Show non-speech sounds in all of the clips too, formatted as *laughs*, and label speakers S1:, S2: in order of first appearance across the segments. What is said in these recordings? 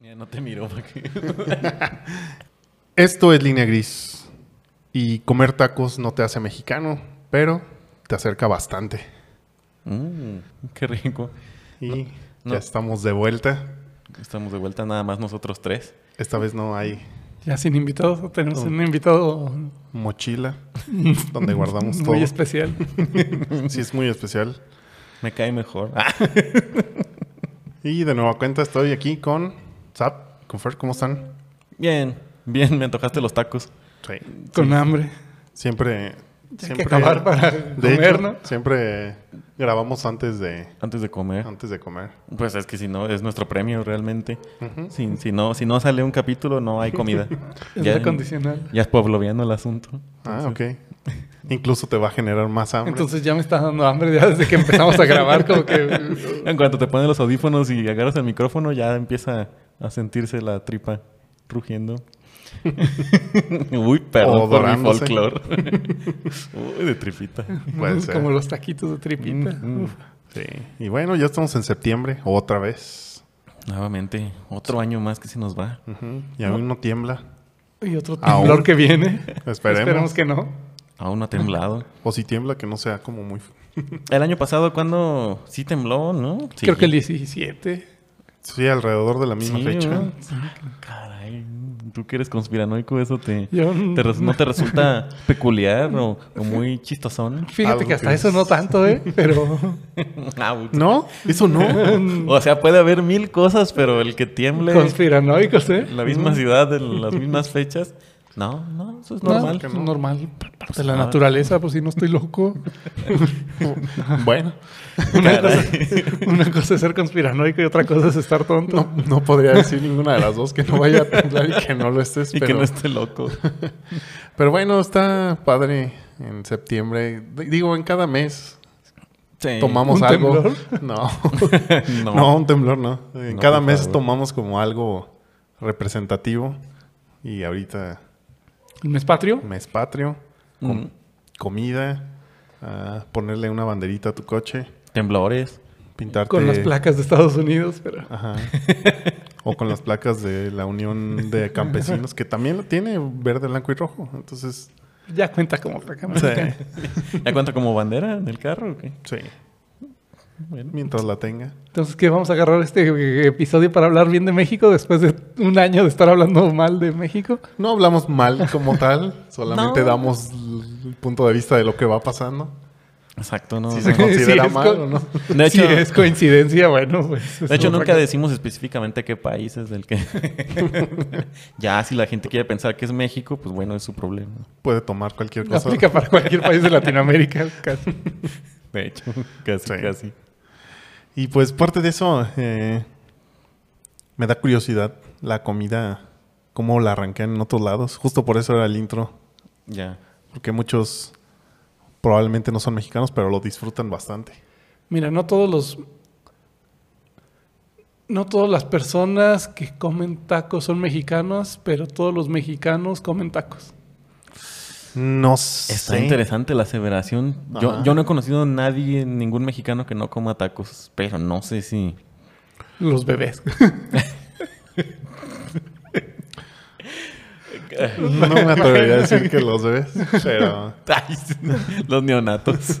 S1: Ya no te miro. porque-
S2: Esto es Línea Gris. Y comer tacos no te hace mexicano, pero te acerca bastante.
S1: Mm, *laughs* qué rico.
S2: Y
S1: no.
S2: ya estamos de vuelta.
S1: Estamos de vuelta nada más nosotros tres.
S2: Esta vez no hay
S3: Ya sin invitados, tenemos un invitado *laughs*
S2: mochila donde guardamos todo.
S3: muy especial.
S2: Sí, es muy especial.
S1: Me cae mejor. Ah,
S2: Y de nueva cuenta estoy aquí con Zap, con Fer, ¿cómo están?
S1: bien, bien, me antojaste los tacos.
S2: Sí.
S3: Con hambre.
S2: Siempre.
S3: Hay que acabar para
S2: De
S3: comer,
S2: hecho,
S3: ¿no?
S2: siempre grabamos antes de,
S1: Antes de comer.
S2: antes de comer.
S1: Pues es que si no, es nuestro premio realmente. si, si no, si no sale un capítulo, no hay comida.
S3: Es la condicional.
S1: Ya es pavloviano el asunto.
S2: Ah, ok. Incluso te va a generar más hambre.
S3: Entonces ya me está dando hambre ya desde que empezamos a grabar, como que
S1: *laughs* En cuanto te pones los audífonos y agarras el micrófono, ya empieza a sentirse la tripa rugiendo. *laughs* Uy,
S2: O
S1: perdón por mi
S2: dorándose.
S1: *laughs* folclore. Uy, de tripita.
S2: *laughs* Puede ser.
S3: *laughs*
S2: Mm.
S3: como los taquitos de tripita.
S1: Mm.
S3: Uf.
S2: Sí. Y bueno, ya estamos en septiembre, otra vez.
S1: Nuevamente, otro año más que se nos va.
S2: Ujú. Y aún no tiembla.
S3: Y otro
S2: Aún.
S3: temblor que viene.
S2: Esperemos.
S3: Esperemos que no.
S1: Aún no ha temblado.
S2: O si tiembla, que no sea como muy.
S1: El año pasado, cuando sí tembló, ¿no? Sí.
S3: Creo que el 17.
S2: Sí, alrededor de la misma
S1: Sí,
S2: fecha.
S1: ¿no? Sí, Caray, tú que eres conspiranoico, eso te,
S3: Yo
S1: te res- no te resulta peculiar o, o muy chistosón.
S3: Fíjate
S2: Algo
S3: que hasta
S2: que-
S3: eso no tanto, ¿eh?
S2: *laughs*
S3: Pero
S1: Ah, bu-
S2: ¿No?
S1: *laughs*
S2: Eso no.
S1: o sea, puede haber mil cosas, pero el que tiemble
S3: conspiranoicos, ¿eh?
S1: en la misma ciudad, en las mismas fechas, no, no, eso es
S3: No,
S1: normal.
S3: es normal. Parte de la
S1: Ah.
S3: naturaleza, pues si no estoy loco.
S2: bueno,
S3: Una cosa,
S1: Caray.
S3: *laughs* una cosa es ser conspiranoico y otra cosa es estar tonto.
S2: no, no podría decir ninguna de las dos que no vaya a temblar y que no lo
S1: *laughs*
S2: estés.
S1: Y
S2: pero,
S1: que no esté loco.
S2: pero bueno, está padre en septiembre. D- Digo, en cada mes
S1: Sí.
S2: tomamos
S3: ¿Un
S2: algo.
S3: temblor?
S2: *laughs* No.
S1: Eh, *laughs* No.
S2: no, un temblor no. En
S1: No,
S2: cada
S1: por
S2: mes
S1: favor.
S2: tomamos como algo representativo. Y ahorita
S3: ¿El mes patrio?
S2: mes patrio, com-
S1: Mm.
S2: comida, ah, ponerle una banderita a tu coche,
S1: Temblores.
S2: pintarte
S3: Con las placas de Estados Unidos, pero
S2: Ajá. o con las placas de la Unión de Campesinos, que también lo tiene verde, blanco y rojo. Entonces,
S3: ya cuenta como placa
S2: sí,
S3: mexicana.
S1: *laughs* ¿Ya cuenta como bandera en el carro o qué?
S2: sí,
S1: Bueno.
S2: mientras la tenga.
S3: Entonces, ¿qué vamos a agarrar este eh, episodio para hablar bien de México después de un año de estar hablando mal de México?
S2: No hablamos mal como tal, solamente
S1: No.
S2: damos l- el punto de vista de lo que va pasando.
S1: Exacto, no.
S2: Si
S1: no.
S2: se considera
S3: *laughs* Sí, es
S2: mal
S3: co- *laughs*
S2: o no.
S1: De
S3: si
S1: hecho-
S3: es coincidencia, bueno, pues. es
S1: De hecho,
S3: otra
S1: nunca
S3: cosa.
S1: decimos específicamente qué país es del que. *laughs* ya, si la gente quiere pensar que es México, pues bueno, es su problema.
S2: Puede tomar cualquier cosa.
S3: Aplica para cualquier
S1: *laughs*
S3: país de Latinoamérica, casi.
S1: De hecho, casi,
S2: Sí.
S1: casi.
S2: Y pues parte de eso, eh, me da curiosidad la comida, cómo la arranquean en otros lados. Justo por eso era el intro,
S1: Ya.
S2: porque muchos probablemente no son mexicanos, pero lo disfrutan bastante.
S3: Mira, no todos los. No todas las personas que comen tacos son mexicanas, pero todos los mexicanos comen tacos.
S2: No
S1: Está
S2: sé.
S1: interesante la aseveración. Yo,
S2: Ajá.
S1: yo no he conocido a nadie, ningún mexicano que no coma tacos, pero no sé si.
S3: Los bebés.
S2: No me atrevería a decir que los bebés, pero,
S1: Ay, Los neonatos.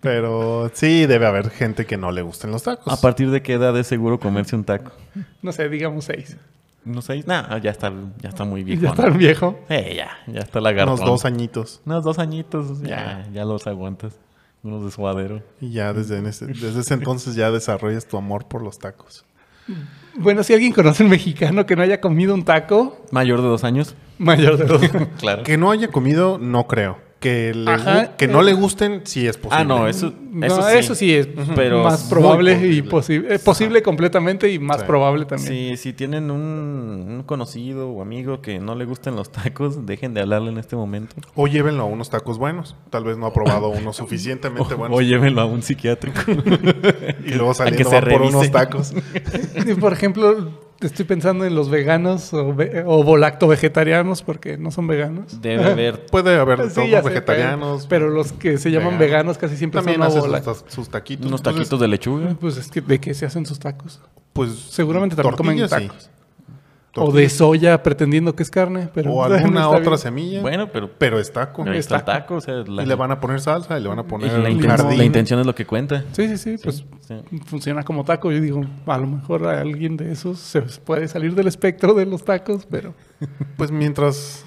S2: pero sí debe haber gente que no le gusten los tacos.
S1: ¿A partir de qué edad es seguro comerse un taco?
S3: No sé, digamos seis.
S1: No sé. Nah, ya está, ya está muy
S3: Y
S1: viejo.
S3: ya están viejo.
S1: ya, ya está la garra.
S2: unos dos añitos.
S1: Unos dos añitos. Ya, ya los aguantas. Unos de suadero.
S2: Y ya desde, en ese- desde ese entonces ya desarrollas tu amor por los tacos.
S3: Bueno, si alguien conoce un mexicano que no haya comido un taco,
S1: Mayor de dos años.
S3: mayor de dos.
S1: Claro.
S2: Que no haya comido, no creo. Que, le
S3: Ajá,
S2: gu- que no
S3: eh.
S2: le gusten, sí es posible.
S1: Ah, no, eso, eso
S3: No,
S1: sí.
S3: eso sí es
S1: Pero
S3: más
S1: es
S3: probable
S2: muy
S3: y posible. eh, posible completamente y más
S2: Sí.
S3: probable también.
S1: Si, si tienen un, un conocido o amigo que no le gustan los tacos, dejen de hablarle en este momento.
S2: O llévenlo a unos tacos buenos. Tal vez no ha probado
S1: *laughs*
S2: uno suficientemente
S1: O,
S2: bueno.
S1: o llévenlo a un psiquiátrico.
S2: y luego
S1: a que
S2: saliendo
S1: se
S2: va por
S1: revise.
S3: *laughs*
S2: unos tacos.
S3: Y, Por ejemplo, estoy pensando en los veganos o, ve- o volacto vegetarianos porque no son veganos.
S1: Debe haber.
S2: Puede haber de
S3: *laughs* Pues Sí,
S2: todo,
S3: ya sé,
S2: vegetarianos.
S3: Pero, pero los que se llaman
S2: veganos.
S3: veganos casi siempre
S2: también
S3: son
S2: haces
S3: bola.
S2: sus, ta- sus
S1: *laughs*
S2: taquitos.
S1: Unos
S2: Entonces,
S1: taquitos de lechuga.
S3: Pues es que de qué se hacen sus tacos.
S2: Pues
S3: Seguramente también comen
S2: tortillas, sí.
S3: tacos. O de soya pretendiendo que es carne, *laughs* pero
S2: o
S3: no
S2: alguna
S3: está
S2: otra
S3: bien.
S2: semilla.
S1: Bueno, pero.
S2: pero es taco.
S1: Pero ahí está el
S3: Está-
S1: taco. O sea, la,
S2: Y le van a poner salsa y le van a poner
S1: la,
S2: un
S1: inten-
S2: jardín.
S1: la intención es lo que cuenta.
S3: Sí, sí, sí, pues
S1: Sí.
S3: funciona como taco. Yo digo, a lo mejor a alguien de esos se puede salir del espectro de los tacos, pero
S2: Pues mientras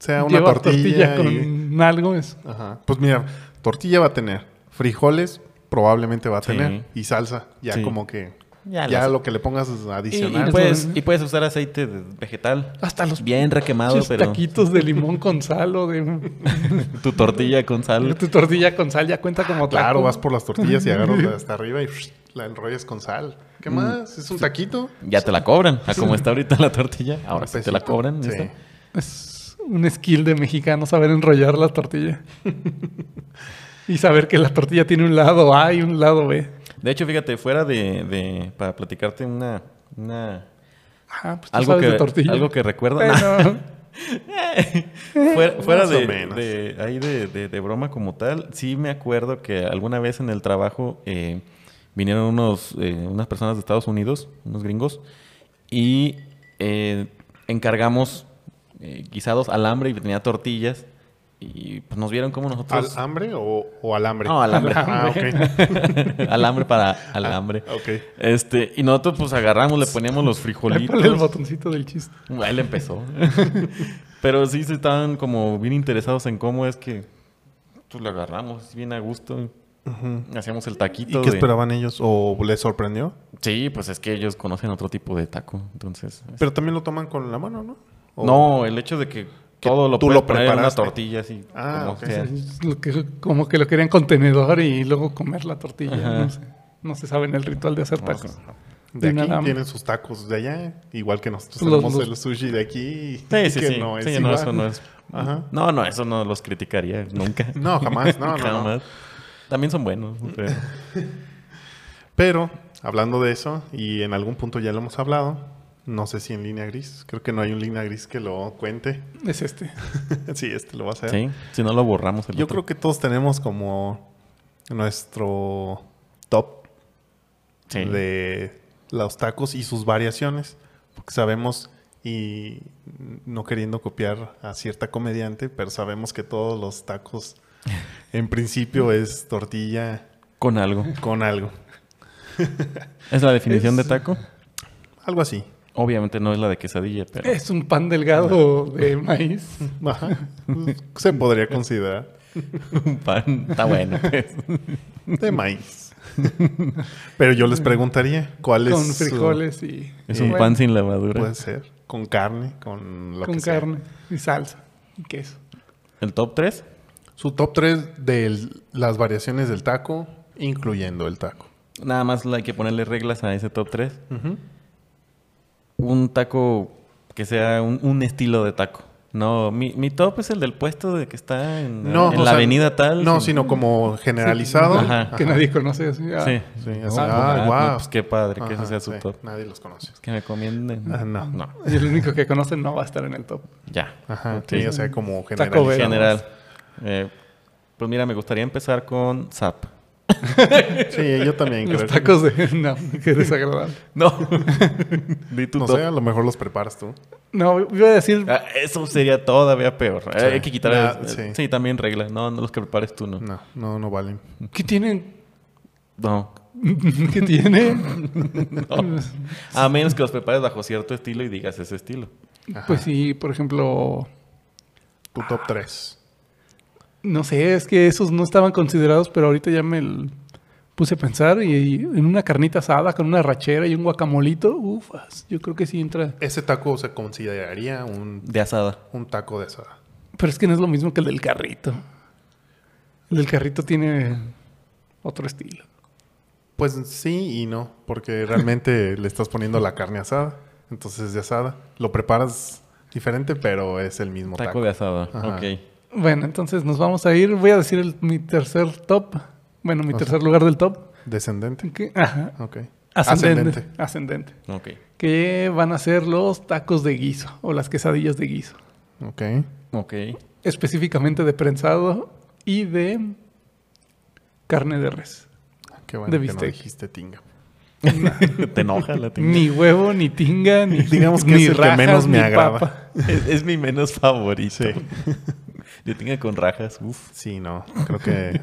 S2: sea una
S3: lleva
S2: tortilla.
S3: tortilla,
S2: y-
S3: con algo es.
S2: Ajá. Pues mira, tortilla va a tener, frijoles probablemente va a
S1: Sí.
S2: tener y salsa. Ya
S1: Sí.
S2: como que
S1: Ya
S2: ya,
S1: las-
S2: lo que le pongas es
S1: Y, y pues,
S2: adicional.
S3: Eso
S1: puedes,
S3: es-
S1: y puedes usar aceite de- vegetal.
S3: Hasta los
S1: Bien requemado,
S3: pinches
S1: pero
S3: taquitos de limón con sal o de
S1: tu tortilla con sal.
S3: tu *laughs* tortilla con sal ya cuenta como taco.
S2: Claro, vas por las tortillas y agarras
S1: *laughs*
S2: la de hasta arriba y la enrollas con sal.
S1: Mm.
S2: ¿Qué más? ¿Es un taquito?
S1: Ya te la cobran. A como está ahorita la tortilla, ahora
S2: Un
S1: sí te la
S2: pesito.
S1: cobran.
S2: Sí.
S1: esta.
S3: Es un skill de mexicano saber enrollar
S1: *laughs*
S3: la tortilla. y saber que la tortilla tiene un lado A y un lado B.
S1: De hecho, fíjate, fuera de, de- para platicarte una, una
S3: Ah, pues tú
S1: algo
S3: sabes
S1: que
S3: de tortilla.
S1: algo que recuerda. *laughs*
S3: Bueno,
S2: *laughs*
S1: fuera fuera
S2: Más o
S1: de,
S2: menos.
S1: de- ahí de, de- de broma como tal, sí me acuerdo que alguna vez en el trabajo eh, vinieron unos, eh, unas personas de Estados Unidos, unos gringos, y eh, encargamos eh, guisados alambre y tenía tortillas y pues, nos vieron como
S2: ¿Al
S1: nosotros
S2: hambre o, o alambre?
S1: No, alambre.
S2: Ah, ok.
S1: *laughs* alambre para alambre.
S2: *laughs* Ok.
S1: Este, y nosotros pues agarramos, le poníamos
S2: *laughs*
S1: los
S3: ahí ponle el
S1: frijolitos.
S3: botoncito del chiste.
S1: Bueno, Él empezó. *laughs* Pero sí se estaban como bien interesados en cómo es que tú le agarramos bien a gusto. Hacíamos el taquito.
S2: ¿Y qué
S1: de-
S2: esperaban ellos? ¿O les sorprendió?
S1: Sí, pues es que ellos conocen otro tipo de taco. Entonces. es-
S2: Pero también lo toman con la mano, ¿no? ¿O-
S1: No, el hecho de que, todo lo
S2: Oh. tú
S1: puedes
S2: lo
S1: poner en una
S2: preparaste.
S1: tortilla así.
S2: Ah,
S1: como
S2: ok.
S1: sea.
S3: Es lo que- como que lo querían contenedor y luego comer la tortilla.
S1: Ajá.
S3: No sé, no se saben el ritual de hacer
S2: pues,
S3: tacos.
S2: De
S3: Sin
S2: aquí
S3: alambre.
S2: tienen sus tacos de allá, igual que nosotros
S3: Los-
S2: tenemos
S3: los-
S2: el sushi de aquí.
S1: Sí, sí,
S2: que
S1: sí.
S2: no es
S1: Sí, no, eso
S2: igual.
S1: no es.
S2: *laughs* Ajá.
S1: No, no, eso no los criticaría nunca.
S2: *laughs* No, jamás, no, no, no.
S1: Jamás. También son
S2: *laughs*
S1: buenos. pero-
S2: Pero, hablando de eso, y en algún punto ya lo hemos hablado, no sé si en línea gris, creo que no hay un línea gris que lo cuente. *laughs*
S3: Es este.
S2: sí, este lo va a hacer.
S1: Sí, si no lo borramos. El
S2: Yo
S1: otro.
S2: creo que todos tenemos como nuestro top
S1: Sí.
S2: de los tacos y sus variaciones, porque sabemos y no queriendo copiar a cierta comediante, pero sabemos que todos los tacos en
S3: *laughs*
S2: principio es tortilla
S1: Con algo.
S2: con algo,
S1: ¿Es la definición de taco?
S2: algo así.
S1: Obviamente no es la de quesadilla, pero.
S3: Es un pan delgado de maíz.
S2: Ajá. Se podría considerar
S1: un pan. *laughs* Está bueno. pues.
S2: de
S3: *laughs*
S2: maíz. Pero yo les preguntaría cuál es
S3: Con
S2: su-
S3: frijoles y.
S1: Es un
S2: Bueno,
S1: pan sin levadura.
S2: puede ser con carne, con lo
S3: Con
S2: que sea.
S3: carne y salsa y queso.
S1: ¿El top 3?
S2: Su top 3 de las variaciones del taco, incluyendo el taco.
S1: Nada más hay que ponerle reglas a ese top 3. Un taco que sea un, un estilo de taco. No, mi, mi top es el del puesto de que está en,
S2: No,
S1: en
S2: o
S1: la
S2: sea,
S1: avenida tal.
S2: No,
S1: sin-
S2: sino como generalizado.
S1: Ajá.
S3: Que nadie conoce así. ah,
S1: Sí.
S2: Sí, así,
S1: No, pues,
S2: ah,
S1: ah,
S2: guau.
S1: no, pues qué padre que
S2: Ajá,
S1: ese sea su
S2: sí,
S1: top.
S2: Nadie los conoce.
S1: Es que me comienden.
S2: Ah, no. Ah,
S1: No,
S3: *laughs* Y el único que conocen no va a estar en el top.
S1: ya.
S2: Ajá.
S1: Ok.
S2: Sí, o sea, como
S3: Taco Bell.
S2: generalizado.
S1: general. Eh, pues mira, me gustaría empezar con Zap.
S2: Sí, yo también creo.
S3: Los
S2: que-
S3: tacos de. *laughs* No,
S2: *laughs*
S3: qué desagradable.
S1: No. *laughs* Di tu
S2: No
S1: top.
S2: sé, a lo mejor los preparas tú.
S3: No, iba a decir.
S1: Ah, eso sería todavía peor. Eh,
S2: Sí.
S1: Hay que quitar.
S2: Ah,
S1: el-
S2: sí. Mm.
S1: sí. también regla. No, no los que prepares tú, no.
S2: No, no, no valen.
S3: ¿Qué tienen? *laughs*
S1: No.
S3: ¿Qué Pues, tiene?
S2: *laughs*
S1: A menos que los prepares bajo cierto estilo y digas ese estilo.
S2: Ajá.
S3: Pues sí, por ejemplo.
S2: Tu top 3.
S3: No sé, es que esos no estaban considerados, pero ahorita ya me l- puse a pensar y, y en una carnita asada con una rachera y un guacamolito, ufas, yo creo que sí entra.
S2: Ese taco se consideraría un,
S1: De asada.
S2: un taco de asada.
S3: Pero es que no es lo mismo que el del carrito. El del carrito tiene otro estilo.
S2: Pues sí y no,
S1: *laughs*
S2: porque realmente le estás poniendo la carne asada. Entonces es de asada. Lo preparas diferente, pero es el mismo
S1: Taco
S2: taco.
S1: de asada.
S2: Ajá.
S1: Ok.
S3: Bueno, entonces nos vamos a ir. Voy a decir el- mi tercer top. Bueno, mi tercer lugar del top.
S2: Descendente.
S3: que- ajá.
S2: Ok.
S3: Ascendente.
S2: Ascendente.
S3: Ascendente.
S1: Ok.
S3: Que van a ser los tacos de guiso o las quesadillas de guiso.
S2: Ok. *laughs*
S1: Ok.
S3: Específicamente de prensado y de carne de res.
S2: Qué bueno
S3: De
S2: que no
S3: bistec.
S2: dijiste tinga.
S1: Te enoja la tinga.
S3: Ni huevo, ni tinga, *laughs* ni
S2: *laughs* Digamos que
S3: *laughs* ni
S2: es el que menos me
S3: ni
S2: agrada.
S3: papa.
S1: Es, es mi menos favorito.
S2: Sí.
S1: De tinga con rajas, uff.
S2: Sí, no. Creo
S3: *laughs*
S2: que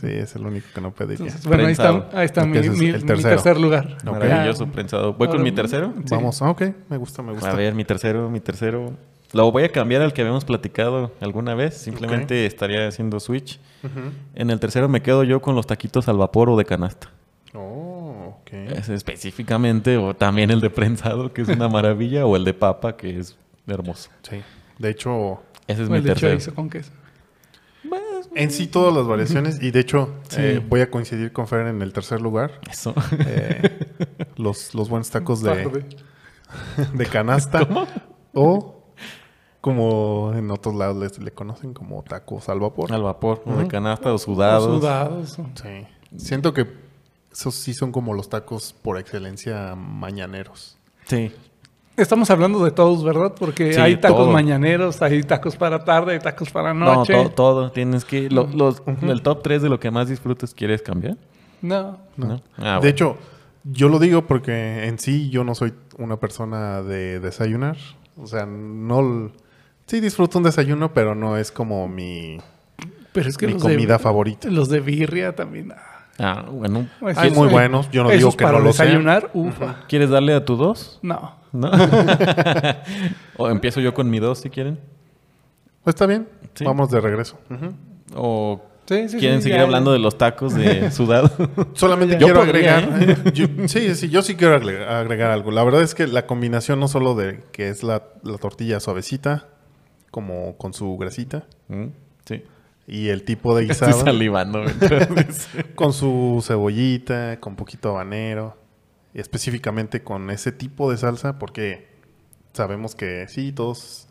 S2: sí, es el único que no pediría.
S3: Entonces, bueno, ahí está,
S1: Prensado.
S3: ahí está mi,
S2: Ese es
S3: mi-
S2: el
S3: mi
S2: tercero.
S3: tercer lugar.
S2: Ok.
S1: Maravilloso pues, prensado. ¿Voy con
S3: Ahora-
S1: mi tercero?
S3: sí.
S2: Vamos, ah, ok. Me gusta, me gusta.
S1: A ver, mi tercero, mi tercero. Lo voy a cambiar al que habíamos platicado alguna vez. Simplemente estaría haciendo switch.
S2: Ujú.
S1: En el tercero me quedo yo con los taquitos al vapor o de canasta.
S2: Oh, ok.
S1: Es específicamente, o también el de prensado, que es una maravilla, o el de papa, que es hermoso.
S2: Sí. De hecho,
S1: Ese es
S3: O
S1: mi
S3: el Pues de
S1: tercero.
S3: chorizo con queso.
S2: en sí todas las variaciones. Y de hecho,
S1: Sí.
S2: eh, voy a coincidir con Fer en el tercer lugar.
S1: Eso.
S2: Eh, los, los buenos tacos de,
S3: Tarde.
S2: de
S3: *laughs*
S2: canasta. O como en otros lados les- le conocen como tacos al vapor.
S1: Al vapor, o de
S2: Ujú.
S1: canasta, o sudados.
S3: O Sudados. o-
S2: Sí. Siento que esos sí son como los tacos por excelencia mañaneros.
S1: Sí.
S3: Estamos hablando de todos, ¿verdad? Porque
S1: Sí,
S3: hay tacos
S1: todo.
S3: mañaneros, hay tacos para tarde, hay tacos para
S1: No,
S3: noche.
S1: to- todo. Tienes que. lo- los, El top 3 de lo que más disfrutas, ¿quieres cambiar?
S3: No.
S1: No. Ah,
S2: de
S1: bueno.
S2: hecho, yo lo digo porque en sí yo no soy una persona de desayunar. O sea, no... l- Sí disfruto un desayuno, pero no es como mi,
S3: Pero es que
S2: mi
S3: los
S2: comida
S3: de,
S2: favorita.
S3: los de birria también. ah.
S1: Ah, bueno.
S3: Pues,
S2: Hay
S3: es-
S2: muy
S3: eh,
S2: buenos, yo no
S3: esos
S2: digo que
S3: para
S2: no lo sean.
S3: desayunar, ufa.
S1: ¿Quieres darle a tu 2?
S3: No.
S1: *laughs* ¿No? o empiezo yo con mi 2 si quieren.
S2: Pues está bien,
S1: Sí.
S2: vamos de regreso.
S1: O
S3: Sí, sí,
S1: quieren
S3: sí,
S1: seguir
S3: ya,
S1: hablando de los tacos *laughs* de sudado.
S2: Solamente
S1: Yo
S2: quiero
S1: podría,
S2: agregar. *laughs*
S3: ¿eh?
S2: yo- sí, sí, yo sí quiero agregar, agregar algo. La verdad es que la combinación no solo de que es la, la tortilla suavecita, como con su grasita,
S1: Mm, sí.
S2: y el tipo *laughs* de
S1: Estoy
S2: guisado,
S1: salivando. *laughs* entonces.
S2: con su cebollita, con poquito habanero, y específicamente con ese tipo de salsa, porque sabemos que sí, todos,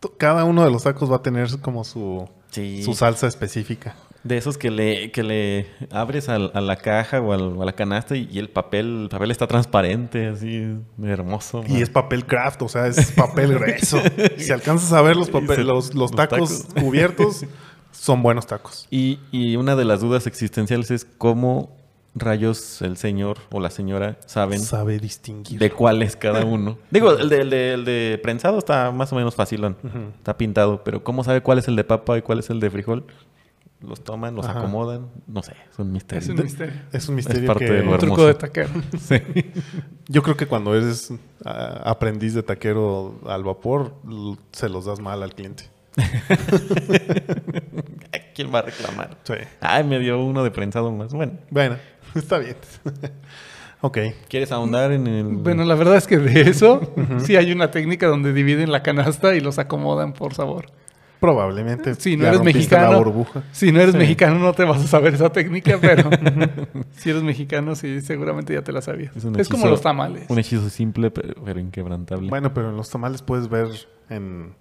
S2: to- cada uno de los tacos va a tener como su,
S1: Sí.
S2: su salsa específica.
S1: De esos que le, que le abres al- a, la caja o al- a la canasta y, y el papel el papel está transparente, así hermoso.
S2: Y es papel craft, o sea, es papel *laughs* grueso. si alcanzas a ver los, papel-
S1: Y se-
S2: los, los
S1: los
S2: tacos
S1: tacos.
S2: cubiertos, son buenos tacos.
S1: Y, y una de las dudas existenciales es cómo rayos el señor o la señora saben
S2: Sabe distinguir.
S1: de cuál es cada uno. *laughs* Digo, el de, el de- el de prensado está más o menos facilón, está pintado, pero ¿cómo sabe cuál es el de papa y cuál es el de frijol? Los toman, los
S2: Ajá.
S1: acomodan, no sé, es un misterio.
S3: Es un
S1: *laughs*
S3: misterio.
S2: es un misterio
S1: parte
S2: que-
S1: del
S3: Un
S1: hermoso.
S3: truco de taquero.
S1: Sí. *laughs*
S2: yo creo que cuando eres ah, aprendiz de taquero al vapor, l- se los das mal al cliente.
S1: ¿Quién va a reclamar?
S2: Sí.
S1: Ay, me dio uno de prensado más. Bueno,
S2: Bueno, *laughs* está bien. ok.
S1: ¿quieres ahondar en el...?
S3: Bueno, la verdad es que de eso sí hay una técnica donde dividen la canasta y los acomodan por sabor.
S2: Probablemente.
S3: Si no
S2: ya
S3: eres
S2: rompiste
S3: mexicano,
S2: La burbuja.
S3: si no eres
S1: Sí.
S3: mexicano no te vas a saber esa técnica,
S2: *laughs*
S3: pero si eres mexicano sí seguramente ya te la sabías. Es,
S1: un
S3: como
S1: hechizo-
S3: los tamales.
S1: Un hechizo simple, pero, pero inquebrantable.
S2: Bueno, pero en los tamales puedes ver en,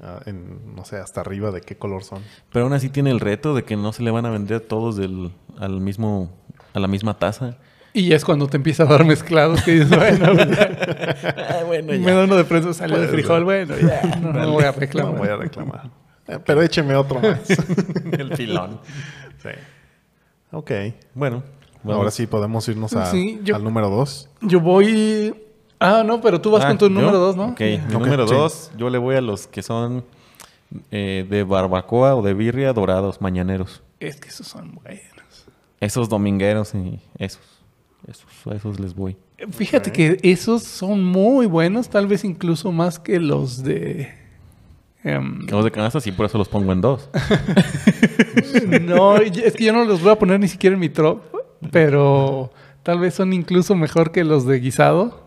S2: ah, en, no sé, hasta arriba de qué color son.
S1: Pero aún así tiene el reto de que no se le van a vender todos del, al mismo, a la misma
S3: *laughs*
S1: taza.
S3: Y ya es cuando te empieza a dar mezclados que dices, bueno,
S1: Ah, bueno,
S3: me da uno de prensa, salió de frijol, bueno, ya, no, no voy a reclamar.
S2: No voy a reclamar. Eh, Pero écheme otro
S3: *laughs*
S2: más.
S1: el filón.
S2: Sí. Ok.
S1: Bueno, vamos.
S2: Ahora sí podemos irnos a-
S3: Sí, yo-
S2: al número 2.
S3: Yo voy... Ah, no, pero tú vas
S1: Ah,
S3: con tu
S1: ¿yo?
S3: número dos, ¿no?
S1: Ok, mi
S2: Ok,
S1: número
S2: sí.
S1: dos, yo le voy a los que son eh, de barbacoa o de birria dorados, mañaneros.
S3: Es que esos son buenos.
S1: Esos domingueros y esos. Esos, a esos les voy.
S3: Fíjate que esos son muy buenos, tal vez incluso más que los de... em,
S1: Los de canasta sí, por eso los pongo en
S3: *laughs*
S1: dos.
S3: No, y- es que yo no los voy a poner ni siquiera en mi trop, pero tal vez son incluso mejor que los de guisado.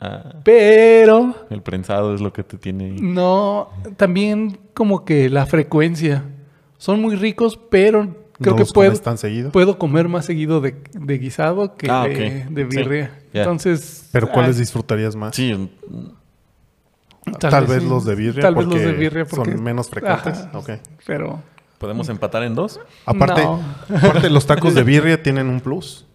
S1: Ah,
S3: Pero
S1: el prensado es lo que te tiene... ahí.
S3: no, también como que la frecuencia. Son muy ricos, pero creo
S2: no
S3: que
S2: los comes
S3: puedo,
S2: tan seguido.
S3: puedo comer más seguido de, de guisado que
S1: Ah,
S3: de,
S1: ok.
S3: de
S1: Sí,
S3: birria.
S1: ya.
S3: Entonces.
S2: Pero ¿cuáles
S3: ah,
S2: disfrutarías más?
S1: Sí, mm,
S2: Tal, vez
S3: sí.
S2: los de birria.
S3: Tal vez los de
S2: porque
S3: birria porque Ah.
S2: Son menos frecuentes.
S3: Ajá.
S2: Ok.
S3: Pero.
S1: ¿podemos empatar en dos?
S2: Aparte,
S3: No.
S2: aparte, los tacos de birria tienen un plus.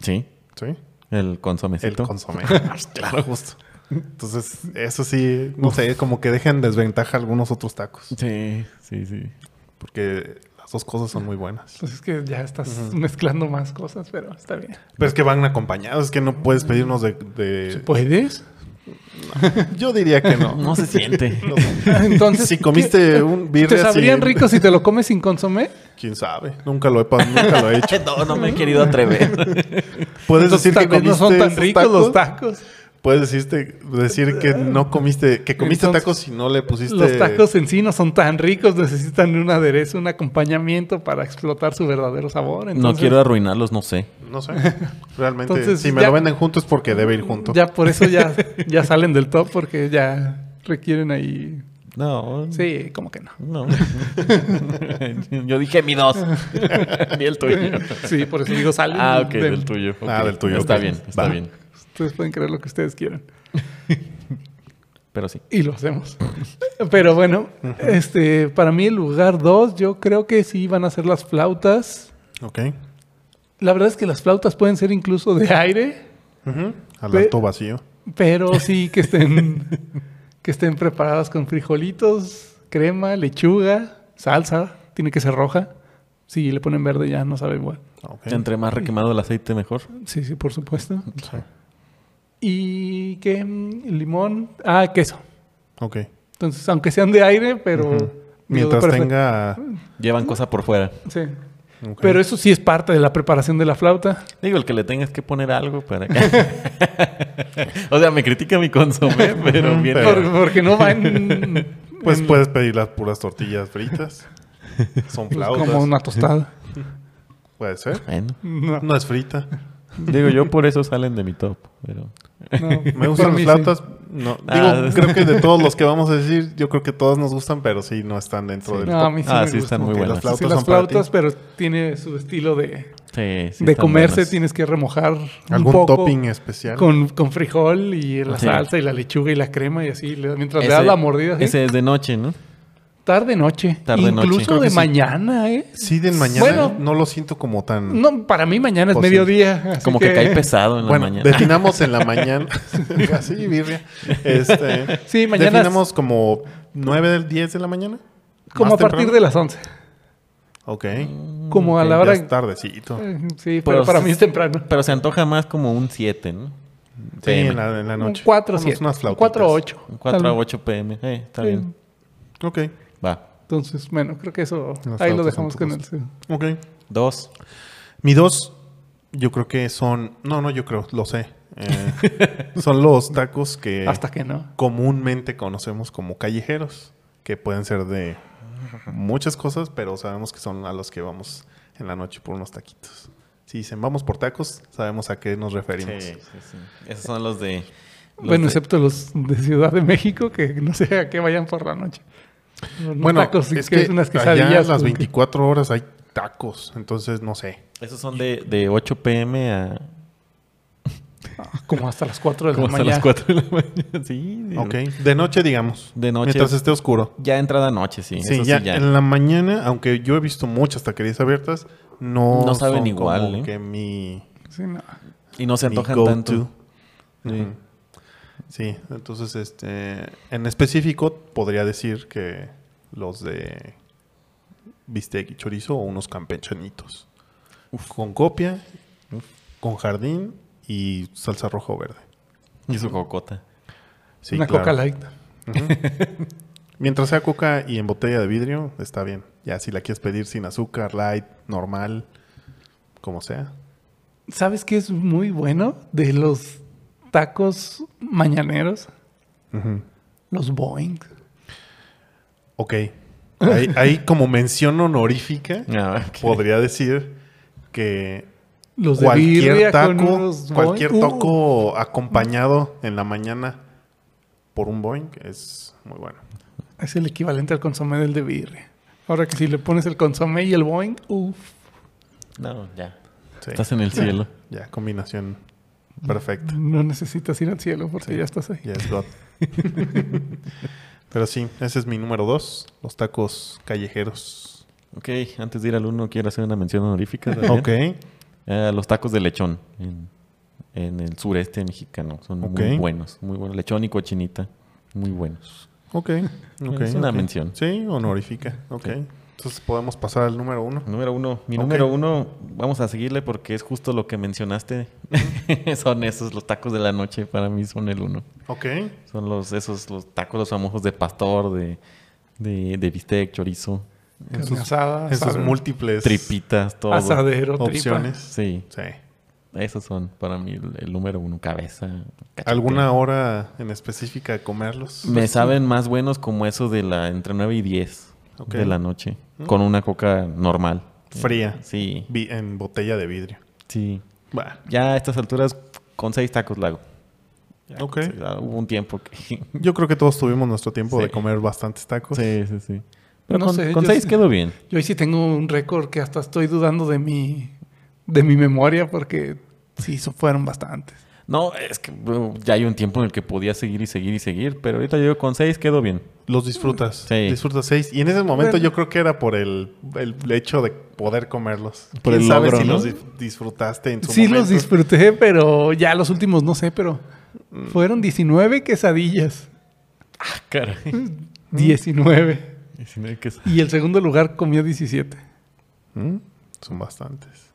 S1: Sí.
S2: ¿Sí?
S1: El
S2: El
S1: consomecito.
S2: consomé. *laughs* claro, justo. Entonces, eso sí, no sé, como que dejan desventaja algunos otros tacos.
S1: sí, sí, sí.
S2: Porque las dos cosas son muy buenas.
S3: Pues es que ya estás mezclando más cosas, pero está bien.
S2: Pero es que van acompañados, es que no puedes pedirnos de... de-
S3: ¿Puedes?
S2: Yo diría que no.
S1: No se siente.
S2: *laughs* No sé.
S3: Entonces,
S2: *laughs* si comiste
S3: ¿qué-
S2: un birria
S3: ¿Te sabrían
S2: sin-
S3: rico si te lo comes sin consomé?
S2: ¿Quién sabe? Nunca lo he, pa- nunca lo he hecho.
S1: *laughs* no, no me he querido atrever.
S2: Puedes decir que
S3: Entonces, tal vez
S2: comiste
S3: no son tan
S2: esos
S3: ricos
S2: tacos?
S3: los tacos.
S2: Puedes decirte, decir que no comiste, que comiste
S3: Eh, Entonces,
S2: tacos y no le pusiste.
S1: Este,
S3: Los tacos en sí no son tan ricos, necesitan un aderezo, un acompañamiento para explotar su verdadero sabor.
S1: no
S3: Entonces,
S1: quiero arruinarlos, no sé.
S2: No
S3: *laughs*
S2: sé. Realmente,
S3: Entonces,
S2: si me
S3: ya-
S2: lo venden juntos es porque debe ir junto.
S3: Ya por
S1: *laughs*
S3: eso ya, ya salen del top porque ya requieren ahí.
S1: No.
S3: Sí, como que no.
S1: No. *laughs* Yo dije mi dos. Ni el tuyo.
S3: Sí, por eso digo salen.
S1: Ah, ok,
S3: del-
S1: del tuyo.
S2: Ah,
S1: ok.
S2: del tuyo,
S1: Está
S2: ok.
S1: bien, está
S2: Va.
S1: bien.
S3: Ustedes pueden creer lo que ustedes quieran.
S1: Pero sí.
S3: Y lo hacemos. *laughs* Pero bueno, este, para mí el lugar 2, yo creo que sí van a ser las flautas.
S2: Ok.
S3: La verdad es que las flautas pueden ser incluso de aire,
S2: Ujú. Al
S3: Pe-
S2: alto vacío.
S3: pero sí que estén, que estén preparadas con frijolitos, crema, lechuga, salsa. Tiene que ser roja. Si le ponen verde ya no sabe igual.
S2: Ok.
S1: Entre más requemado el aceite, mejor.
S3: Sí, sí, por supuesto.
S2: Sí.
S3: Y que mm, limón, ah, queso.
S2: Ok.
S3: Entonces, aunque sean de aire, pero...
S2: Ujú. Mientras
S3: pero-
S2: tenga.
S1: Llevan cosa por fuera.
S3: Sí.
S2: ok.
S3: Pero eso sí es parte de la preparación de la flauta.
S1: Digo, el que le tengas que poner algo para que... o sea, me critica mi consomé, pero bien.
S2: Pero-
S3: Por- porque no va en.
S2: Pues
S3: en-
S2: puedes pedir las puras tortillas
S3: *laughs*
S2: fritas. Son *laughs*
S3: pues,
S2: flautas.
S3: como una tostada.
S2: Puede ser.
S1: Bueno.
S3: No,
S2: No es frita.
S1: Digo, yo por eso salen de mi top. Pero...
S3: no.
S2: Me
S3: *laughs* Por
S2: gustan
S3: mí
S2: las
S3: sí.
S2: flautas. No. Digo,
S1: Ah. *laughs*
S2: creo que de todos los que vamos a decir, yo creo que todas nos gustan, pero sí no están dentro del
S3: No,
S2: top.
S3: a mí sí
S1: Ah,
S3: me
S1: sí,
S3: gusta.
S1: están muy
S2: Ok,
S1: buenas.
S2: las flautas
S3: Sí, las
S2: son para ti.
S3: flautas, pero tiene su estilo de,
S1: Sí, sí
S3: de
S1: están
S3: comerse.
S1: buenas.
S3: Tienes que remojar un
S2: ¿Algún
S3: poco
S2: topping especial?
S3: con, con frijol y la
S1: Sí.
S3: salsa y la lechuga y la crema y así. le- Mientras le
S1: Ese-
S3: das la mordida. así.
S1: Ese es de noche, ¿no?
S3: Tarde-noche.
S1: Tarde-noche.
S3: Incluso
S1: Creo
S2: que
S3: de
S2: sí.
S3: mañana, ¿eh?
S2: Sí, del mañana
S3: Bueno.
S2: no lo siento como tan.
S3: No, para mí mañana es
S2: Pues sí.
S3: mediodía. así
S1: Como que, cae pesado en la
S2: bueno,
S1: mañana.
S2: *laughs* definamos en la mañana. *laughs* Así, birria. Este,
S3: Sí, mañana-
S2: Definamos como 9 del 10 de la mañana.
S3: *laughs* Como a
S2: Más
S3: partir
S2: temprano. Mm,
S3: de las 11.
S2: Ok.
S3: Como a
S1: ok,
S3: la
S2: Ya
S3: hora.
S2: es tardecito. Sí,
S3: Eh, Sí, pero
S1: Pues-
S3: para mí es temprano.
S1: Pero se antoja más como un 7, ¿no? PM.
S2: en la, en la noche.
S3: 4
S2: Unos-
S3: 7.
S2: Unas flautitas.
S3: 4 8.
S1: Un 4 a 8 pm. Eh, está bien.
S2: Ok.
S1: Va.
S3: Entonces, bueno, creo que eso
S2: Las
S3: ahí lo
S2: flautas
S3: dejamos
S2: son
S3: con el
S2: todas. Ok.
S1: Dos.
S2: Mi dos, yo creo que son. No, no, yo creo, lo sé.
S3: *laughs*
S2: Eh, son los tacos que
S3: hasta que no.
S2: comúnmente conocemos como callejeros, que pueden ser de muchas cosas, pero sabemos que son a los que vamos en la noche por unos taquitos. Si dicen vamos por tacos, sabemos a qué nos referimos.
S1: Esos son los de. los
S3: Bueno,
S1: de-
S3: excepto los de Ciudad de México que no sé a qué vayan por la noche. Unos
S2: Bueno,
S3: tacos y
S2: es
S3: que
S2: que
S3: unas
S2: allá
S3: quesadillas
S2: las
S3: con-
S2: 24 horas hay tacos, entonces no sé.
S1: Esos son de, de 8 pm a.
S3: *laughs* como hasta las 4 de la
S1: Como hasta
S3: mañana.
S1: las 4 de la mañana. *laughs* Sí. digo.
S2: Ok, de noche digamos.
S1: De noche.
S2: Mientras esté oscuro.
S1: Ya entrada noche, sí.
S2: Sí,
S1: eso
S2: ya,
S1: sí, ya.
S2: en la mañana, aunque yo he visto muchas taquerías abiertas, no,
S1: No saben
S2: son
S1: igual,
S2: como
S1: ¿eh?
S2: que mi,
S3: Sí, no.
S1: Y no se
S2: mi
S1: antojan
S2: go-to.
S1: tanto. Sí.
S2: Ujú. Sí, entonces este en específico podría decir que los de bistec y chorizo o unos campechanitos. Con copia, con jardín y salsa roja o verde.
S1: Y su cocota.
S2: Sí,
S3: Una
S2: claro.
S3: coca light.
S2: Mientras sea coca y en botella de vidrio, está bien. Ya si la quieres pedir sin azúcar, light, normal, como sea.
S3: ¿Sabes qué es muy bueno de los tacos mañaneros?
S2: Ujú.
S3: Los Boeing.
S2: Ok. Ahí,
S3: *laughs*
S2: ahí como mención honorífica,
S1: *laughs* Ah, ok.
S2: podría decir que
S3: Los de
S2: cualquier
S3: birria con
S2: taco,
S3: unos Boing.
S2: cualquier
S3: Uh,
S2: taco acompañado en la mañana por un Boeing es muy bueno.
S3: Es el equivalente al consomé del de birria. Ahora que si le pones el consomé y el boing, uff,
S1: No, ya.
S2: Sí,
S1: Estás en el cielo.
S2: ya combinación perfecta.
S3: no necesitas ir al cielo porque
S2: Sí.
S3: ya estás ahí.
S2: Ya es
S3: *laughs*
S2: God. Pero sí, ese es mi número dos, los tacos callejeros.
S1: Ok,
S2: *laughs*
S1: antes de ir al uno, quiero hacer una mención honorífica. también.
S2: Ok.
S1: Eh, los tacos de lechón. En, en el sureste mexicano. Son muy
S2: Ok.
S1: buenos, muy buenos. Lechón y cochinita, muy buenos.
S2: Ok, ok.
S1: Es una
S2: ok.
S1: mención.
S2: Sí, honorífica. Ok.
S1: Sí.
S2: Entonces podemos pasar al número uno.
S1: Número uno. Mi
S2: Ok.
S1: número uno, vamos a seguirle porque es justo lo que mencionaste. *laughs* son esos, los tacos de la noche para mí son el uno.
S2: Ok.
S1: Son los, esos, los tacos, los famosos de pastor, de, de, de bistec, chorizo,
S2: En
S3: Carne
S2: sus,
S3: asada,
S2: en sus
S3: asada,
S2: múltiples
S1: tripitas, todo.
S3: asadero, tripa.
S2: opciones.
S1: Sí,
S2: Sí.
S1: esos son para mí el, el número uno. Cabeza. cachete.
S2: ¿Alguna hora en específica de comerlos?
S1: Me saben más buenos como esos de la entre 9 y 10
S2: Ok.
S1: de la noche. Con una coca normal. Eh,
S2: Fría.
S1: Sí,
S2: Vi- en botella de vidrio.
S1: sí.
S2: Bah.
S1: Ya a estas alturas, con seis tacos la hago. Ya con
S2: Ok.
S1: seis, ah, Hubo un tiempo que. *laughs* sí,
S2: Yo creo que todos tuvimos nuestro tiempo
S1: Sí.
S2: de comer bastantes tacos.
S1: sí, sí. Pero
S3: No
S1: con,
S3: sé,
S1: con
S3: yo
S1: seis
S3: sé.
S1: quedó bien.
S3: Yo ahí sí tengo un récord que hasta estoy dudando de mi, de mi memoria porque sí, so- fueron bastantes.
S1: No, es que bueno, ya hay un tiempo en el que podía seguir y seguir y seguir, pero ahorita yo con seis quedó bien.
S2: Los disfrutas.
S1: Sí.
S2: Disfrutas seis. Y en ese momento
S3: Bueno.
S2: yo creo que era por el, el hecho de poder comerlos.
S1: Por
S2: ¿Quién
S1: el
S2: sabe
S1: logro,
S2: si
S1: ¿no?
S2: los dis- disfrutaste en su
S3: Sí los
S2: momento?
S3: disfruté, pero ya los últimos no sé, pero fueron 19 quesadillas.
S1: Ah, caray.
S3: Mm.
S2: Mm.
S3: 19.
S1: Y si no hay que-
S3: Y el segundo lugar comió 17.
S2: Mm, Son bastantes.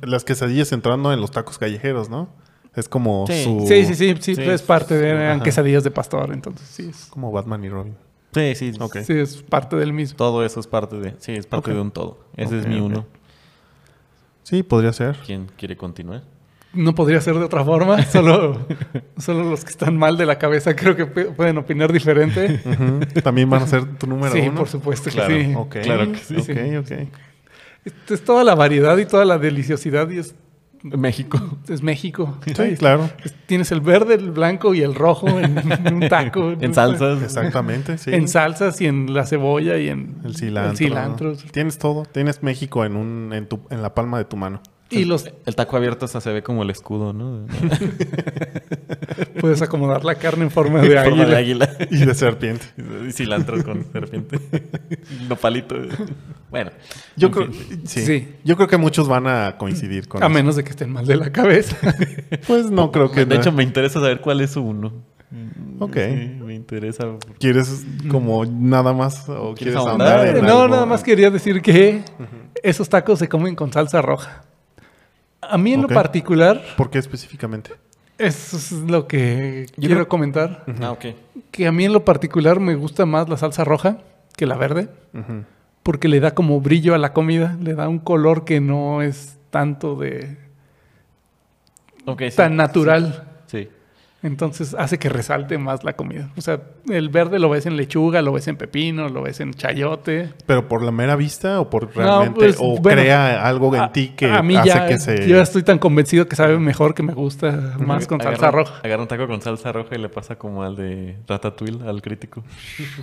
S2: Las quesadillas entrando en los tacos callejeros, ¿no? Es como
S1: Sí.
S2: su...
S3: Sí, sí, sí, sí,
S1: Sí.
S3: es parte de eran
S2: Ajá.
S3: quesadillas de pastor, entonces sí es,
S2: Como Batman y Robin.
S1: Sí, sí.
S2: Ok.
S3: sí, es parte del mismo.
S1: Todo eso es parte de. Sí, es parte
S2: Ok.
S1: de un todo. Ese es
S2: Ok,
S1: mi
S2: ok.
S1: uno.
S2: Sí, podría ser.
S1: ¿Quién quiere continuar?
S3: No podría ser de otra forma, solo,
S2: *laughs*
S3: solo los que están mal de la cabeza creo que pu- pueden opinar diferente.
S2: Ujú. También van a ser tu número
S3: sí,
S2: uno.
S3: por supuesto que
S1: Claro,
S3: sí.
S2: Ok.
S1: Claro que sí.
S2: Ok, ok.
S3: Esto es toda la variedad y toda la deliciosidad y es,
S1: México.
S3: es México.
S2: Sí, claro.
S3: Es- Tienes el verde, el blanco y el rojo en, en un taco.
S1: En salsas.
S2: Exactamente, sí.
S3: En salsas y en la cebolla y en
S2: El cilantro.
S3: el cilantro.
S2: Tienes todo. Tienes México en, un, en, tu, en la palma de tu mano. *laughs*
S3: Y los
S1: El taco abierto hasta se ve como el escudo,
S3: *laughs*
S1: ¿no?
S3: puedes acomodar la carne
S1: *laughs*
S3: en forma de
S1: Forma de
S3: águila.
S1: águila.
S3: *laughs*
S2: Y de serpiente.
S1: Y cilantro con serpiente. Nopalito. Bueno.
S2: Yo
S1: en
S2: creo,
S1: fin.
S2: sí.
S3: Sí.
S2: Yo creo que muchos van a coincidir con
S3: A
S2: eso.
S3: menos de que estén mal de la cabeza.
S2: Pues no creo que...
S1: De
S2: no.
S1: hecho, me interesa saber cuál es su uno.
S3: Mm,
S2: Ok.
S1: Sí, me interesa.
S2: ¿Quieres como nada más o
S1: ¿Quieres
S2: quieres ahondar?
S1: ahondar?
S2: en
S3: no,
S2: algo?
S3: nada más quería decir que esos tacos se comen con salsa roja. A mí en
S2: Ok.
S3: lo particular,
S2: ¿Por qué específicamente?
S3: eso es lo que
S1: Yo
S3: quiero
S1: creo-
S3: comentar,
S1: Ah, ok.
S3: que a mí en lo particular me gusta más la salsa roja que la verde,
S2: Ujú.
S3: porque le da como brillo a la comida, le da un color que no es tanto de
S1: Ok, sí.
S3: tan natural.
S1: Sí.
S3: Entonces hace que resalte más la comida. O sea, el verde lo ves en lechuga, lo ves en pepino, lo ves en chayote.
S2: ¿Pero por la mera vista o por realmente...
S3: pues,
S2: o
S3: bueno,
S2: crea algo en
S3: A-
S2: ti que
S3: a mí
S2: hace
S3: ya,
S2: que se...
S3: Yo ya estoy tan convencido que sabe mejor que
S2: *laughs*
S3: me gusta más con
S1: Agarra-
S3: salsa roja.
S1: Agarra un taco con salsa roja y le pasa como al de Ratatouille, al crítico.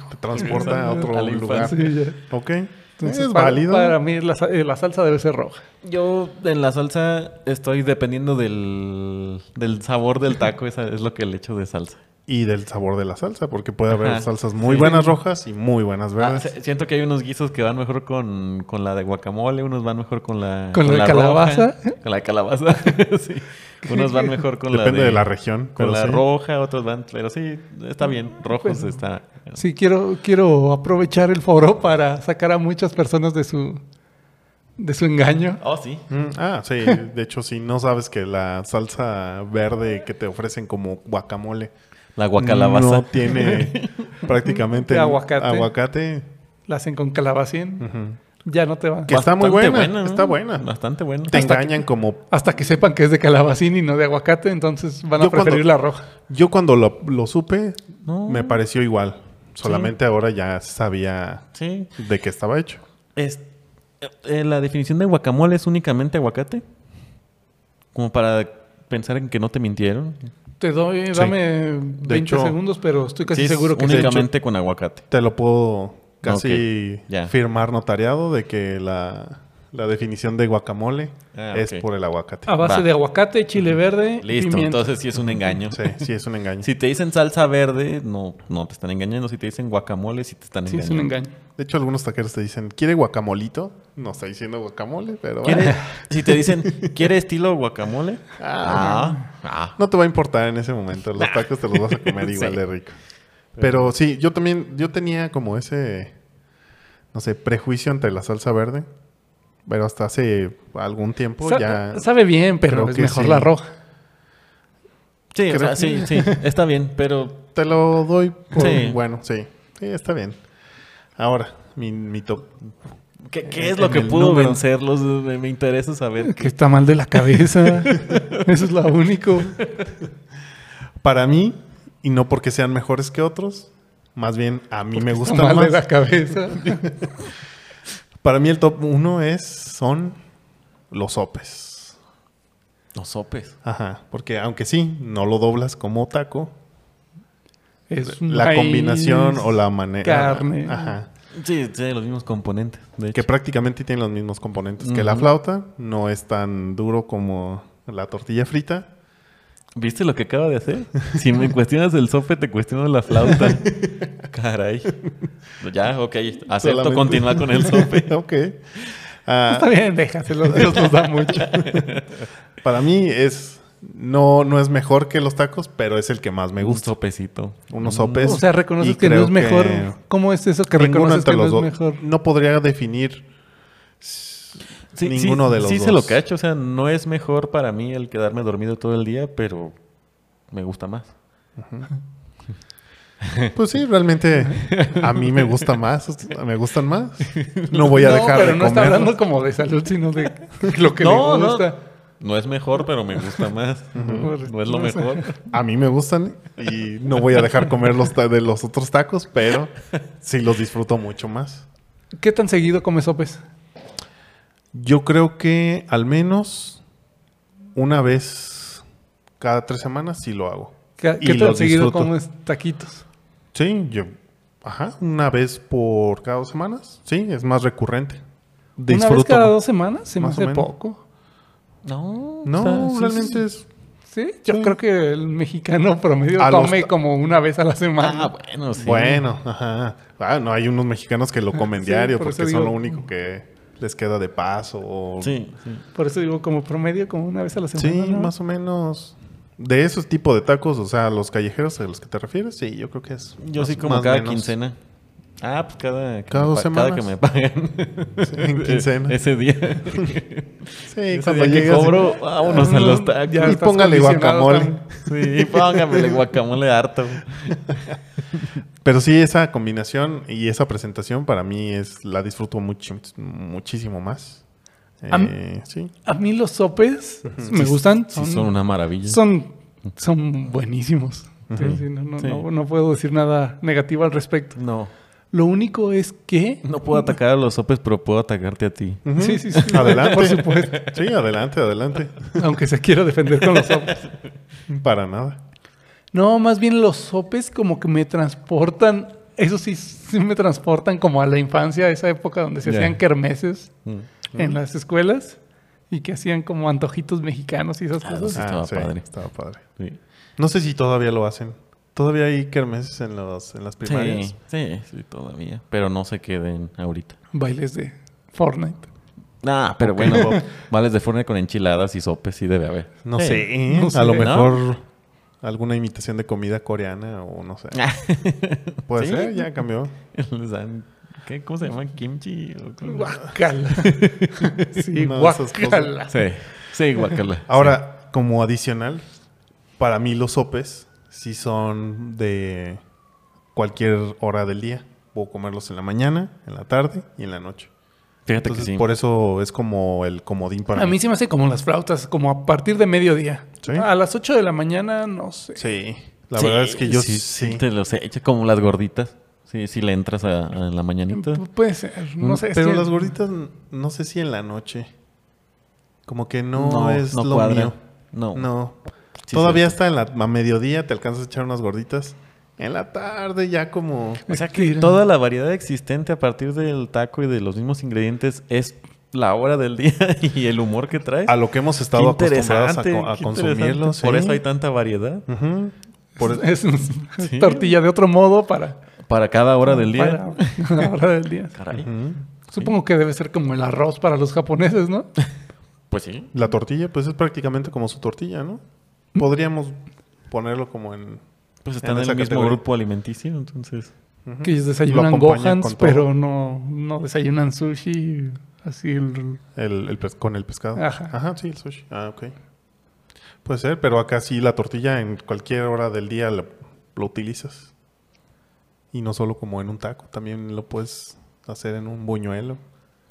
S2: te
S3: *laughs*
S2: transporta a otro
S1: A la
S2: lugar.
S1: infancia.
S3: Sí, ya.
S2: Ok.
S3: Entonces,
S2: es
S3: para,
S2: válido.
S3: para mí la, sa- eh, la salsa debe ser roja.
S1: Yo en la salsa estoy dependiendo del, del sabor del taco. Esa es lo que le echo de salsa.
S2: Y del sabor de la salsa, porque puede haber
S1: Ajá.
S2: salsas muy
S1: Sí.
S2: buenas rojas y muy buenas
S1: Ah,
S2: verdes.
S1: se- siento que hay unos guisos que van mejor con, con la de guacamole, unos van mejor con la...
S3: ¿Con la de calabaza?
S1: roja, ¿eh? con la de calabaza, *laughs* sí. Unos
S2: *laughs*
S1: van mejor con la
S2: Depende de, la región.
S1: Con
S2: pero
S1: la
S2: sí.
S1: roja, otros van... Pero sí, está bien. Rojos
S3: Bueno.
S1: está...
S3: Sí, quiero, quiero aprovechar el foro para sacar a muchas personas de su, de su engaño.
S1: Oh, sí.
S2: Mm, ah,
S1: *laughs*
S2: sí. De hecho, si no sabes que la salsa verde que te ofrecen como guacamole
S1: La guacalabaza. *laughs*
S2: no tiene prácticamente
S3: De aguacate.
S2: aguacate,
S3: La hacen con calabacín.
S2: ujú.
S3: Ya no te va.
S2: Que está muy
S1: Bastante
S2: buena,
S1: ¿no?
S2: está buena.
S1: Bastante buena.
S2: te
S1: Hasta-
S2: engañan como...
S3: Hasta que sepan que es de calabacín y no de aguacate, entonces van a
S2: Yo cuando-
S3: preferir la roja.
S2: Yo cuando lo, lo supe,
S1: No.
S2: me pareció igual. Solamente ahora ya sabía
S1: Sí.
S2: de qué estaba hecho.
S1: Es, eh, la definición de guacamole es únicamente aguacate. Como para pensar en que no te mintieron.
S3: Te doy,
S2: Sí.
S3: dame 20
S2: hecho-
S3: segundos, pero estoy casi
S1: Sí, es
S3: seguro que sí.
S1: únicamente con aguacate.
S2: Te lo puedo casi
S1: ya.
S2: firmar notariado de que la, La definición de guacamole
S1: Ah,
S2: es
S1: ok.
S2: por el aguacate.
S3: A base
S1: Va.
S3: de aguacate, chile verde, y
S1: Listo,
S3: pimienta.
S1: entonces sí es un engaño.
S2: Sí, sí, es un
S1: *laughs*
S2: engaño.
S1: Si te dicen salsa verde, no, no te están engañando. Si te dicen guacamole, sí te están
S3: Sí,
S1: engañando.
S3: es un engaño.
S2: De hecho, algunos taqueros te dicen, ¿quiere guacamolito? No está diciendo guacamole, pero bueno.
S1: ¿Quiere- si te dicen, ¿quiere estilo guacamole?
S2: Ah.
S1: Ah, ah.
S2: No te va a importar en ese momento. Los tacos te los vas
S1: *laughs*
S2: a comer igual
S1: Sí.
S2: de rico. Pero sí, yo también, yo tenía como ese, no sé, prejuicio ante la salsa verde. Pero hasta hace algún tiempo
S3: Sa-
S2: Pues ya...
S3: Sabe bien, pero
S2: creo
S3: es
S2: que
S3: mejor
S2: sí.
S3: la roja.
S1: Sí, o
S2: creo-
S1: sea, sí, sí, está bien, pero
S2: Te lo doy por
S1: Sí.
S2: bueno, sí. Sí, está bien. Ahora, mi, mi top.
S1: ¿qué, qué es
S2: En
S1: lo que
S2: el
S1: pudo
S2: número.
S1: vencerlos? Me me interesa saber.
S3: Que está mal de la cabeza. Eso es lo único.
S2: Para mí, y no porque sean mejores que otros, más bien a mí me
S3: Está
S2: gusta
S3: mal de
S2: más.
S3: la cabeza.
S2: Para mí el top uno es, son los sopes.
S1: Los sopes.
S2: Ajá, porque aunque sí, no lo doblas como taco,
S3: Es un
S2: la
S3: maíz.
S2: combinación o la manera...
S3: carne.
S2: Ajá.
S1: Sí, sí, los mismos componentes. De
S2: Que
S1: hecho.
S2: prácticamente tienen los mismos componentes que la
S1: Ujú.
S2: flauta, no es tan duro como la tortilla frita.
S3: *laughs*
S2: *laughs*
S1: ¿Viste lo que acaba de hacer? Si me cuestionas el sope, te cuestiono la flauta.
S2: *laughs*
S1: Caray. Ya, ok, acepto
S2: Solamente-
S1: continuar con el sope.
S2: ok. Ah,
S3: Está bien, déjaselo. Dios nos da mucho.
S2: para mí es... No, no es mejor que los tacos, pero es el que más me
S1: Un
S2: gusta.
S1: sopecito.
S2: Unos sopes.
S3: Mm, O sea,
S2: y
S3: reconoces que no
S2: creo
S3: es mejor.
S2: que
S3: ¿Cómo es eso que
S2: ninguno
S3: reconoces
S2: entre
S3: que no
S2: los
S3: es
S2: dos-
S3: mejor?
S2: No podría definir
S1: Sí,
S2: ninguno
S1: sí,
S2: de los
S1: Sí
S2: dos.
S1: se lo cacho, o sea, no es mejor para mí el quedarme dormido todo el día, pero me gusta más.
S2: Pues sí, realmente a mí me gusta más, me gustan más. No voy a dejar
S3: pero
S2: de
S3: no está
S2: comer.
S3: hablando como de salud,
S2: *laughs*
S3: sino de lo que
S1: No,
S3: le
S1: no.
S3: gusta.
S1: No es mejor, pero me gusta
S2: *laughs*
S1: más. no es lo
S3: No sé.
S1: mejor.
S2: A mí me gustan y no voy a dejar comer los ta- de los otros tacos, pero sí los disfruto mucho más.
S3: ¿Qué tan seguido comes sopes?
S2: Yo creo que al menos una vez cada tres semanas sí lo hago.
S3: ¿Qué,
S2: Y
S3: qué tan
S2: los
S3: seguido
S2: disfruto.
S3: comes taquitos?
S2: Sí, yo, ajá, una vez por cada dos semanas. Sí, es más recurrente. Disfruto.
S3: ¿Una vez cada
S2: más.
S3: dos semanas? Se me
S2: Más o
S3: hace
S2: menos.
S3: poco.
S1: No,
S2: No,
S1: o sea, sí,
S2: realmente
S1: sí.
S2: es
S3: Sí, yo
S2: Sí.
S3: creo que el mexicano *laughs* promedio
S2: A los
S3: come
S2: ta-
S3: como una vez a la
S1: Ah,
S3: semana.
S1: bueno, sí.
S2: Bueno, ajá. Ah, no, hay unos mexicanos
S1: *laughs*
S2: que lo comen
S3: Sí,
S2: diario
S3: por eso
S2: porque
S3: digo.
S2: son lo único que les queda de paso. O...
S1: Sí, sí.
S3: Por eso digo, como promedio, como una vez a la
S2: Sí,
S3: semana. ¿no?
S2: más o menos. De esos tipos de tacos, o sea, los callejeros a los que te refieres, sí, yo creo que es.
S1: Yo
S2: más-
S1: sí como
S2: más
S1: cada
S2: menos.
S1: quincena. Ah, pues cada, que
S2: Cada
S1: me
S2: dos
S1: pa- cada que
S2: semanas.
S1: me pagan.
S2: Sí,
S1: *laughs*
S2: en quincena.
S1: Ese día.
S2: *laughs* sí,
S1: Ese
S2: cuando
S1: día que
S2: llegas y-
S1: cobro, vámonos a los tacos.
S3: Ya
S2: Y
S3: estás
S2: póngale
S3: condicionado
S2: guacamole.
S3: también.
S1: Sí, póngamele guacamole harto.
S2: Pero sí, esa combinación y esa presentación para mí es la disfruto mucho, muchísimo más.
S3: A mí-
S2: Eh, sí.
S3: A mí los sopes me gustan.
S1: Sí, son una maravilla.
S3: son, son buenísimos. Sí, sí, no, no-
S1: Sí.
S3: no- no puedo decir nada negativo al respecto.
S1: No,
S3: Lo único es que...
S1: no *laughs* puedo atacar a los sopes, pero puedo atacarte a ti.
S2: Ujú.
S3: Sí, sí, sí.
S2: *laughs* Adelante.
S3: Por supuesto.
S2: Sí, adelante, adelante.
S3: *laughs* Aunque se quiera defender con los sopes.
S2: Para nada.
S3: No, más bien los sopes como que me transportan... Eso sí, sí me transportan como a la infancia, a esa época donde se
S1: Ya.
S3: hacían kermeses
S1: Mm.
S3: en las escuelas y que hacían como antojitos mexicanos y esas
S1: Ah,
S3: cosas.
S1: sí estaba padre.
S2: Estaba padre.
S1: Sí.
S2: No sé si todavía lo hacen. Todavía hay kermeses en, los, en las primarias.
S1: Sí, sí, sí, todavía. Pero no se queden ahorita.
S3: Bailes de Fortnite.
S1: Ah, pero bueno, Bob, *laughs* vales de forma con enchiladas y sopes sí debe haber.
S2: No
S1: Sí. *laughs*
S2: sé, ¿eh?
S3: No sé,
S2: a lo
S1: ¿no?
S2: mejor alguna imitación de comida coreana o no sé. Puede
S1: Ah. Sí.
S2: ser, ya cambió.
S1: Les dan- ¿Qué? ¿Cómo se llama? ¿Kimchi? o cómo? *laughs*
S3: Guacala. sí,
S2: Una de esas cosas.
S3: guacala.
S1: Sí, sí, guacala.
S2: Ahora, como adicional, para mí los sopes sí son de cualquier hora del día. Puedo comerlos en la mañana, en la tarde y en la noche.
S1: Sí. Fíjate
S2: Entonces,
S1: que sí.
S2: por eso es como el comodín para
S3: A mí se me hace como las flautas, como a partir de mediodía.
S2: Sí.
S3: A las 8 de la mañana, no sé.
S2: Sí. La
S1: Sí,
S2: verdad es que yo
S1: sí,
S2: sí.
S1: sí Te los echa como las gorditas. Sí, sí le entras a, a la mañanita.
S3: Pu- Puede ser, no
S1: Mm,
S3: sé.
S2: Pero
S3: sí.
S2: las gorditas, n- no sé si en la noche. Como que no, es
S1: no
S2: lo
S1: cuadra.
S2: mío.
S1: No.
S2: No.
S1: Sí,
S2: Todavía
S1: sí.
S2: está en la, a mediodía, te alcanzas a echar unas gorditas. En la tarde ya como...
S1: O sea que toda la variedad existente a partir del taco y de los mismos ingredientes es la hora del día *laughs* y el humor que trae.
S2: A lo que hemos estado
S1: Qué
S2: acostumbrados a,
S1: interesante,
S2: co- a
S1: qué
S2: consumirlos.
S1: interesante. Por eso hay tanta variedad.
S2: Por,
S3: Es,
S2: *laughs*
S3: es tortilla de otro modo para,
S1: Para cada hora del día.
S3: para *laughs* la hora del día.
S1: Caray.
S3: Supongo que debe ser como el arroz para los japoneses, ¿no?
S1: Pues sí.
S2: La tortilla, pues es prácticamente como su tortilla, ¿no?
S1: Mm.
S2: Podríamos ponerlo como en...
S1: Pues
S2: En
S1: están en el
S2: esa
S1: mismo
S2: categoría.
S1: grupo alimenticio, entonces.
S3: Que ellos desayunan
S2: acompañan
S3: gohans,
S2: con todo.
S3: pero no, no desayunan sushi. Así el-
S2: El, el pes- con el pescado.
S3: Ajá.
S2: sí, el sushi. Ah, ok. Puede ser, pero acá sí la tortilla en cualquier hora del día la- lo utilizas. Y no solo como en un taco, también lo puedes hacer en un buñuelo.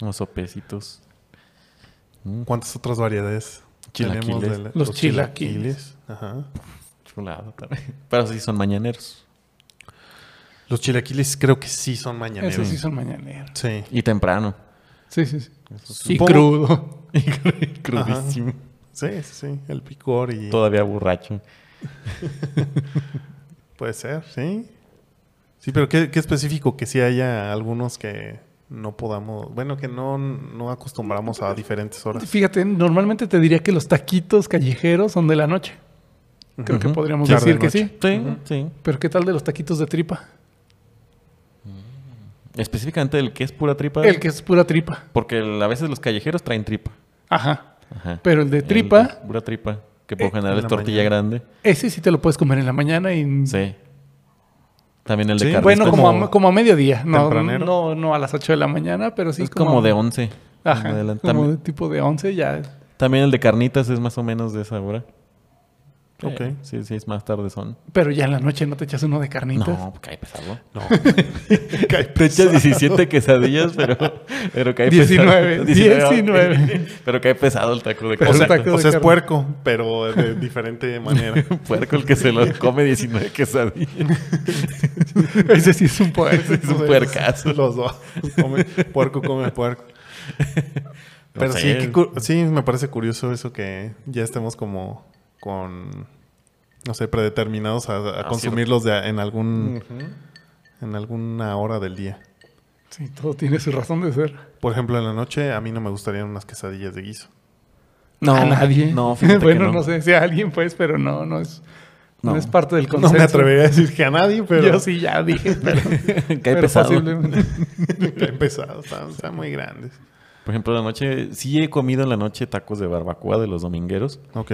S1: Unos sopecitos. Mm,
S2: ¿Cuántas otras variedades tenemos?
S1: Chilaquiles.
S2: de la-
S3: Los chilaquiles.
S2: chilaquiles? Ajá.
S1: chulada también. *laughs* Pero sí son mañaneros.
S2: Los chilaquiles creo que sí son mañaneros.
S3: Esos sí son mañaneros.
S2: Sí.
S1: Y temprano. *laughs*
S3: Sí, sí, sí. Y
S2: Supongo-
S3: crudo.
S1: Crudísimo.
S2: Sí, sí, sí. El picor y...
S1: Todavía borracho.
S2: Puede ser, sí. Sí, pero qué, qué específico que sí haya algunos que no podamos, bueno, que no, no acostumbramos a diferentes horas.
S3: *laughs* Fíjate, normalmente te diría que los taquitos callejeros son de la noche. Creo que
S1: Ujú.
S3: podríamos
S2: Tarde
S3: decir que
S2: noche.
S3: sí.
S1: Sí, sí.
S3: Pero ¿qué tal de los taquitos de tripa?
S1: Específicamente el que es pura tripa.
S3: El que es pura tripa.
S1: Porque el- a veces los callejeros traen tripa.
S3: Ajá.
S1: Ajá.
S3: Pero el de tripa,
S1: pura tripa. Que por lo
S2: Eh, en
S1: general es
S2: la
S1: tortilla grande.
S3: ese sí te lo puedes comer en la mañana y...
S1: Sí. También el de
S2: Sí,
S1: carnita.
S3: Bueno, como,
S2: como
S3: a, como a mediodía. No,
S2: tempranero.
S3: no, no a las 8 de la mañana, pero sí
S1: es como de 11.
S3: Ajá,
S1: en adelante.
S3: como de
S1: También,
S3: tipo de 11 ya.
S1: también el de carnitas es más o menos de esa hora. Sí,
S2: Ok.
S1: Sí, sí, es más tarde son.
S3: Pero ya en la noche no te echas uno de carnitas.
S1: No, pues, cae pesado.
S2: No.
S1: Te echas 17 quesadillas, pero, pero cae
S3: 19,
S1: *laughs* pesado.
S3: 19.
S1: Pero cae pesado el taco de
S3: Pero
S2: o sea,
S3: un taco de
S2: o sea, es
S3: carne.
S2: puerco, pero de diferente manera.
S1: puerco el que se los come 19 quesadillas.
S3: *laughs* Ese sí es un poder.
S1: Es un puercazo.
S2: *laughs* Los dos. Come- puerco come puerco.
S1: No
S2: *laughs* Pero
S1: sé.
S2: sí, qué cu- sí, me parece curioso eso que ya estemos como con, no sé, predeterminados a, a
S1: Ah,
S2: consumirlos de- en algún, en alguna hora del día.
S3: Sí, todo tiene su razón de ser.
S2: Por ejemplo, en la noche a mí no me gustarían unas quesadillas de guiso.
S1: No,
S3: a nadie.
S1: No, fíjate que
S3: bueno,
S1: no.
S3: no. sé si a alguien pues, pero no, no es, no.
S1: No.
S3: es parte del
S2: No
S3: consenso.
S2: me atrevería a decir que
S1: *laughs*
S2: a nadie, pero
S3: Yo sí ya dije, pero,
S1: Cae
S3: pero
S1: pesado.
S3: posiblemente.
S2: *laughs* Están pesados, están, están muy grandes.
S1: Por ejemplo, en la noche, sí he comido en la noche tacos de barbacoa de los domingueros,
S2: Ok.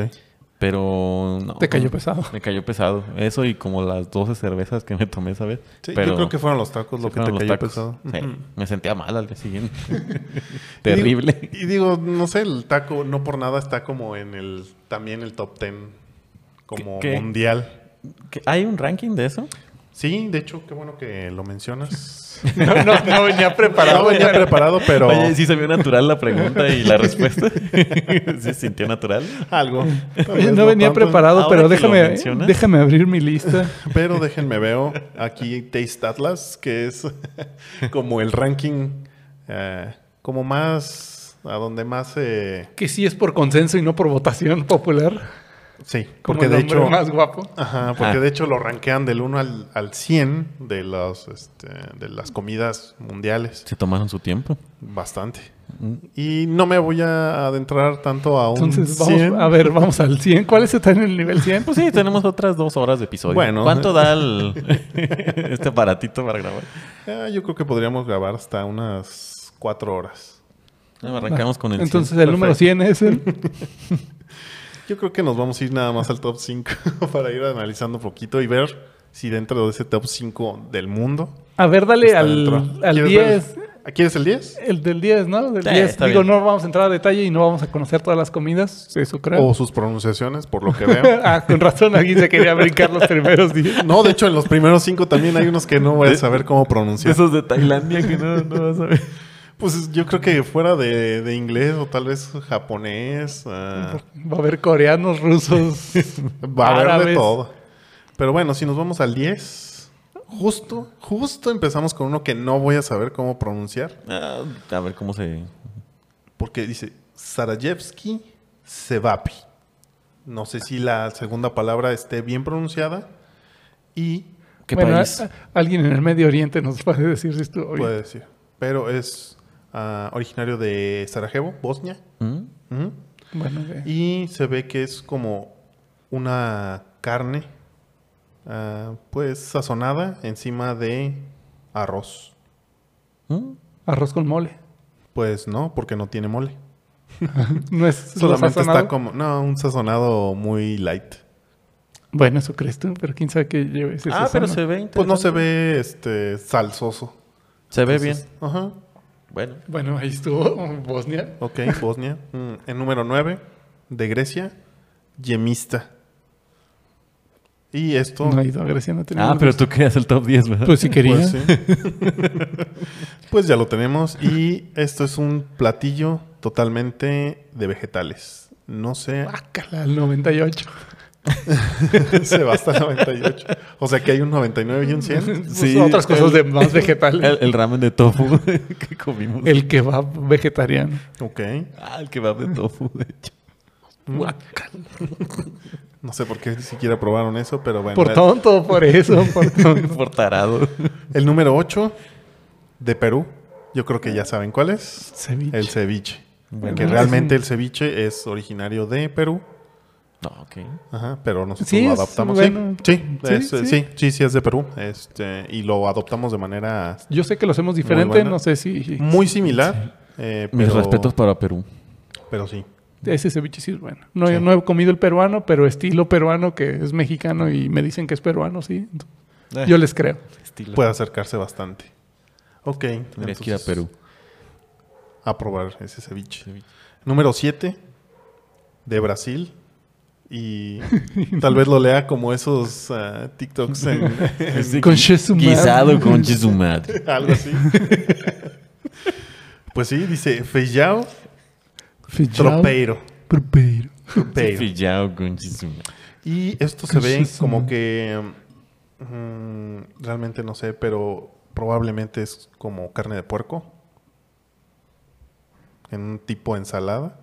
S1: pero no.
S3: Te cayó pesado.
S1: *laughs* Me cayó pesado. Eso y como las 12 cervezas que me tomé esa vez.
S2: Sí,
S1: pero
S2: yo creo que fueron los tacos
S1: sí
S2: lo que
S1: fueron
S2: te
S1: los
S2: cayó
S1: tacos.
S2: pesado.
S1: Sí,
S2: Ujú.
S1: Me sentía mal al día
S2: *laughs*
S1: siguiente. *laughs*
S2: Y digo-
S1: Terrible.
S2: Y digo, no sé, el taco no por nada está como en el, también el top ten, como
S1: ¿Qué- qué?
S2: mundial.
S1: ¿Qué- ¿Hay un ranking de eso?
S2: Sí, de hecho, qué bueno que lo mencionas.
S3: *laughs* No, no, no venía
S2: No
S3: preparado.
S2: venía preparado, pero
S1: Oye, sí se vio natural la pregunta y la respuesta. *laughs* sí se sintió natural.
S2: algo. Tal
S3: Oye,
S2: vez
S3: no venía
S2: pues, tanto.
S3: preparado,
S1: Ahora que
S3: pero
S1: lo
S3: déjame, ¿eh?
S1: mencionas.
S3: déjame abrir mi lista.
S2: Pero déjenme veo aquí Taste Atlas, que es *laughs* como el ranking, eh, como más, a donde más... eh,
S3: Que sí es por consenso y no por votación popular.
S2: sí,
S3: Como
S2: porque
S3: el
S2: de
S3: hombre
S2: hecho...
S3: más guapo.
S2: Ajá, porque
S1: Ah.
S2: de hecho lo rankean del 1 al, al 100 de, los, este, de las comidas mundiales.
S1: Se tomaron su tiempo.
S2: Bastante.
S1: Mm.
S2: Y no me voy a adentrar tanto a un
S3: Entonces,
S2: 100.
S3: vamos, a ver, vamos al 100. ¿Cuál es está en el nivel 100?
S1: Pues sí, tenemos otras dos horas de episodio.
S2: Bueno.
S1: ¿Cuánto da el- *laughs* este aparatito para grabar?
S2: Ah, yo creo que podríamos grabar hasta unas 4 horas.
S1: Ah, Arrancamos con el
S3: Entonces,
S1: 100.
S3: el número 100 es el.
S2: Yo creo que nos vamos a ir nada más al top 5 *laughs* para ir analizando un poquito y ver si dentro de ese top 5 del mundo.
S3: A ver, dale
S2: está
S3: al,
S2: dentro.
S3: al
S2: ¿Quieres ver
S3: 10.
S2: el- ¿Quieres el 10?
S3: El del 10, ¿no? Del
S1: Sí,
S3: 10.
S1: está
S3: Digo,
S1: bien.
S3: no vamos a entrar a detalle y no vamos a conocer todas las comidas. Eso creo.
S2: O sus pronunciaciones, por lo que veo.
S3: *laughs* ah, con razón alguien se quería brincar los primeros 10.
S2: No, de hecho, en los primeros 5 también hay unos que no voy a saber cómo pronunciar.
S1: Esos de Tailandia que no, no vas a ver.
S2: Pues yo creo que fuera de, de inglés o tal vez japonés. ah,
S3: Va a haber coreanos, rusos.
S2: va a haber de
S3: Árabes.
S2: todo. Pero bueno, si nos vamos al 10, justo, justo empezamos con uno que no voy a saber cómo pronunciar.
S1: *laughs* Ah, a ver cómo se.
S2: Porque dice Sarajevsky Sevapi. No sé si la segunda palabra esté bien pronunciada. Y
S1: ¿Qué
S3: Bueno, ah,
S1: país?
S3: a- a- alguien en el Medio Oriente nos puede decir si estuvo bien.
S2: puede decir. Pero es ah, originario de Sarajevo, Bosnia.
S3: ah.
S1: ¿Mm?
S2: Ujú.
S3: Bueno, eh, ok.
S2: Y se ve que es como una carne, ah, pues sazonada encima de arroz.
S1: ¿Mm?
S3: Arroz con mole.
S2: Pues no, porque no tiene mole.
S3: No es
S2: Solamente
S3: sazonado.
S2: está como, no, un sazonado muy light.
S3: Bueno, eso crees tú, pero quién sabe qué lleve ese
S1: ah, pero
S3: sazón,
S1: se
S3: ¿no?
S1: ve
S2: Pues no
S1: interesante.
S2: se ve este salsoso.
S1: Se ve bien.
S2: Entonces, Ajá.
S1: Bueno.
S3: Bueno, ahí estuvo *laughs* Bosnia.
S1: *laughs*
S2: Ok, Bosnia. Mm, En número 9, de Grecia, Yemista. Y esto.
S3: No ha ido a Grecia, no tenía
S1: Ah,
S3: ningún
S1: pero
S3: gusto.
S1: tú querías el top 10, ¿verdad?
S3: Pues si quería.
S2: Oh. Pues,
S3: *laughs*
S2: sí. Pues ya lo tenemos. Y esto es un platillo totalmente de vegetales. No sé. *laughs*
S3: Guácala, el 98.
S2: se va hasta el 98. O sea que hay un 99 y un 100.
S3: *laughs*
S1: Sí,
S3: otras cosas
S1: el-
S3: de más
S1: el,
S3: vegetales.
S1: el ramen de tofu *laughs* que comimos.
S3: El, que va vegetariano.
S2: Ok.
S1: Ah, el kebab de tofu, de
S3: *laughs*
S1: hecho.
S3: Guácala.
S2: No sé por qué ni siquiera probaron eso, pero bueno.
S3: Por tonto, por eso,
S2: *laughs*
S3: por
S1: *laughs*
S3: tonto.
S1: Por tarado.
S2: El número 8 de Perú. Yo creo que ya saben cuál es.
S3: Ceviche.
S2: El ceviche.
S1: Bueno.
S2: que realmente el ceviche es originario de Perú.
S1: No, ok.
S2: Ajá, pero nosotros
S3: Sí,
S2: lo
S3: es
S2: adaptamos.
S3: bueno.
S2: Sí,
S3: Sí,
S2: sí, es,
S3: sí.
S2: sí. sí, sí, sí es de Perú. Este, y lo adoptamos de manera
S3: Yo sé que lo hacemos
S2: Muy
S3: diferente,
S2: buena.
S3: no sé si
S2: muy similar. eh, pero,
S1: Mis respetos para Perú.
S2: Pero sí.
S3: ese ceviche sí es bueno. No,
S2: Sí.
S3: no he comido el peruano, pero estilo peruano que es mexicano y me dicen que es peruano, sí. Yo les creo.
S1: Eh, estilo.
S2: Puede acercarse bastante. Ok.
S1: Tendrías que ir a
S2: entonces,
S1: Perú.
S2: A probar ese ceviche.
S1: Ceviche.
S2: Número 7 de Brasil.
S1: *laughs*
S2: Y tal vez lo lea como esos ah, TikToks
S1: *laughs*
S2: en,
S3: Con Chesumad.
S1: Guisado con Chesumad.
S2: Algo así. pues sí, dice Feijão
S3: Fijao,
S2: Tropeiro.
S3: tropeiro.
S2: Tropeiro.
S1: Fillao con Chesumad.
S2: Y esto se ve
S3: Carísimo.
S2: como que mm, realmente no sé, pero probablemente es como carne de puerco. En un tipo ensalada.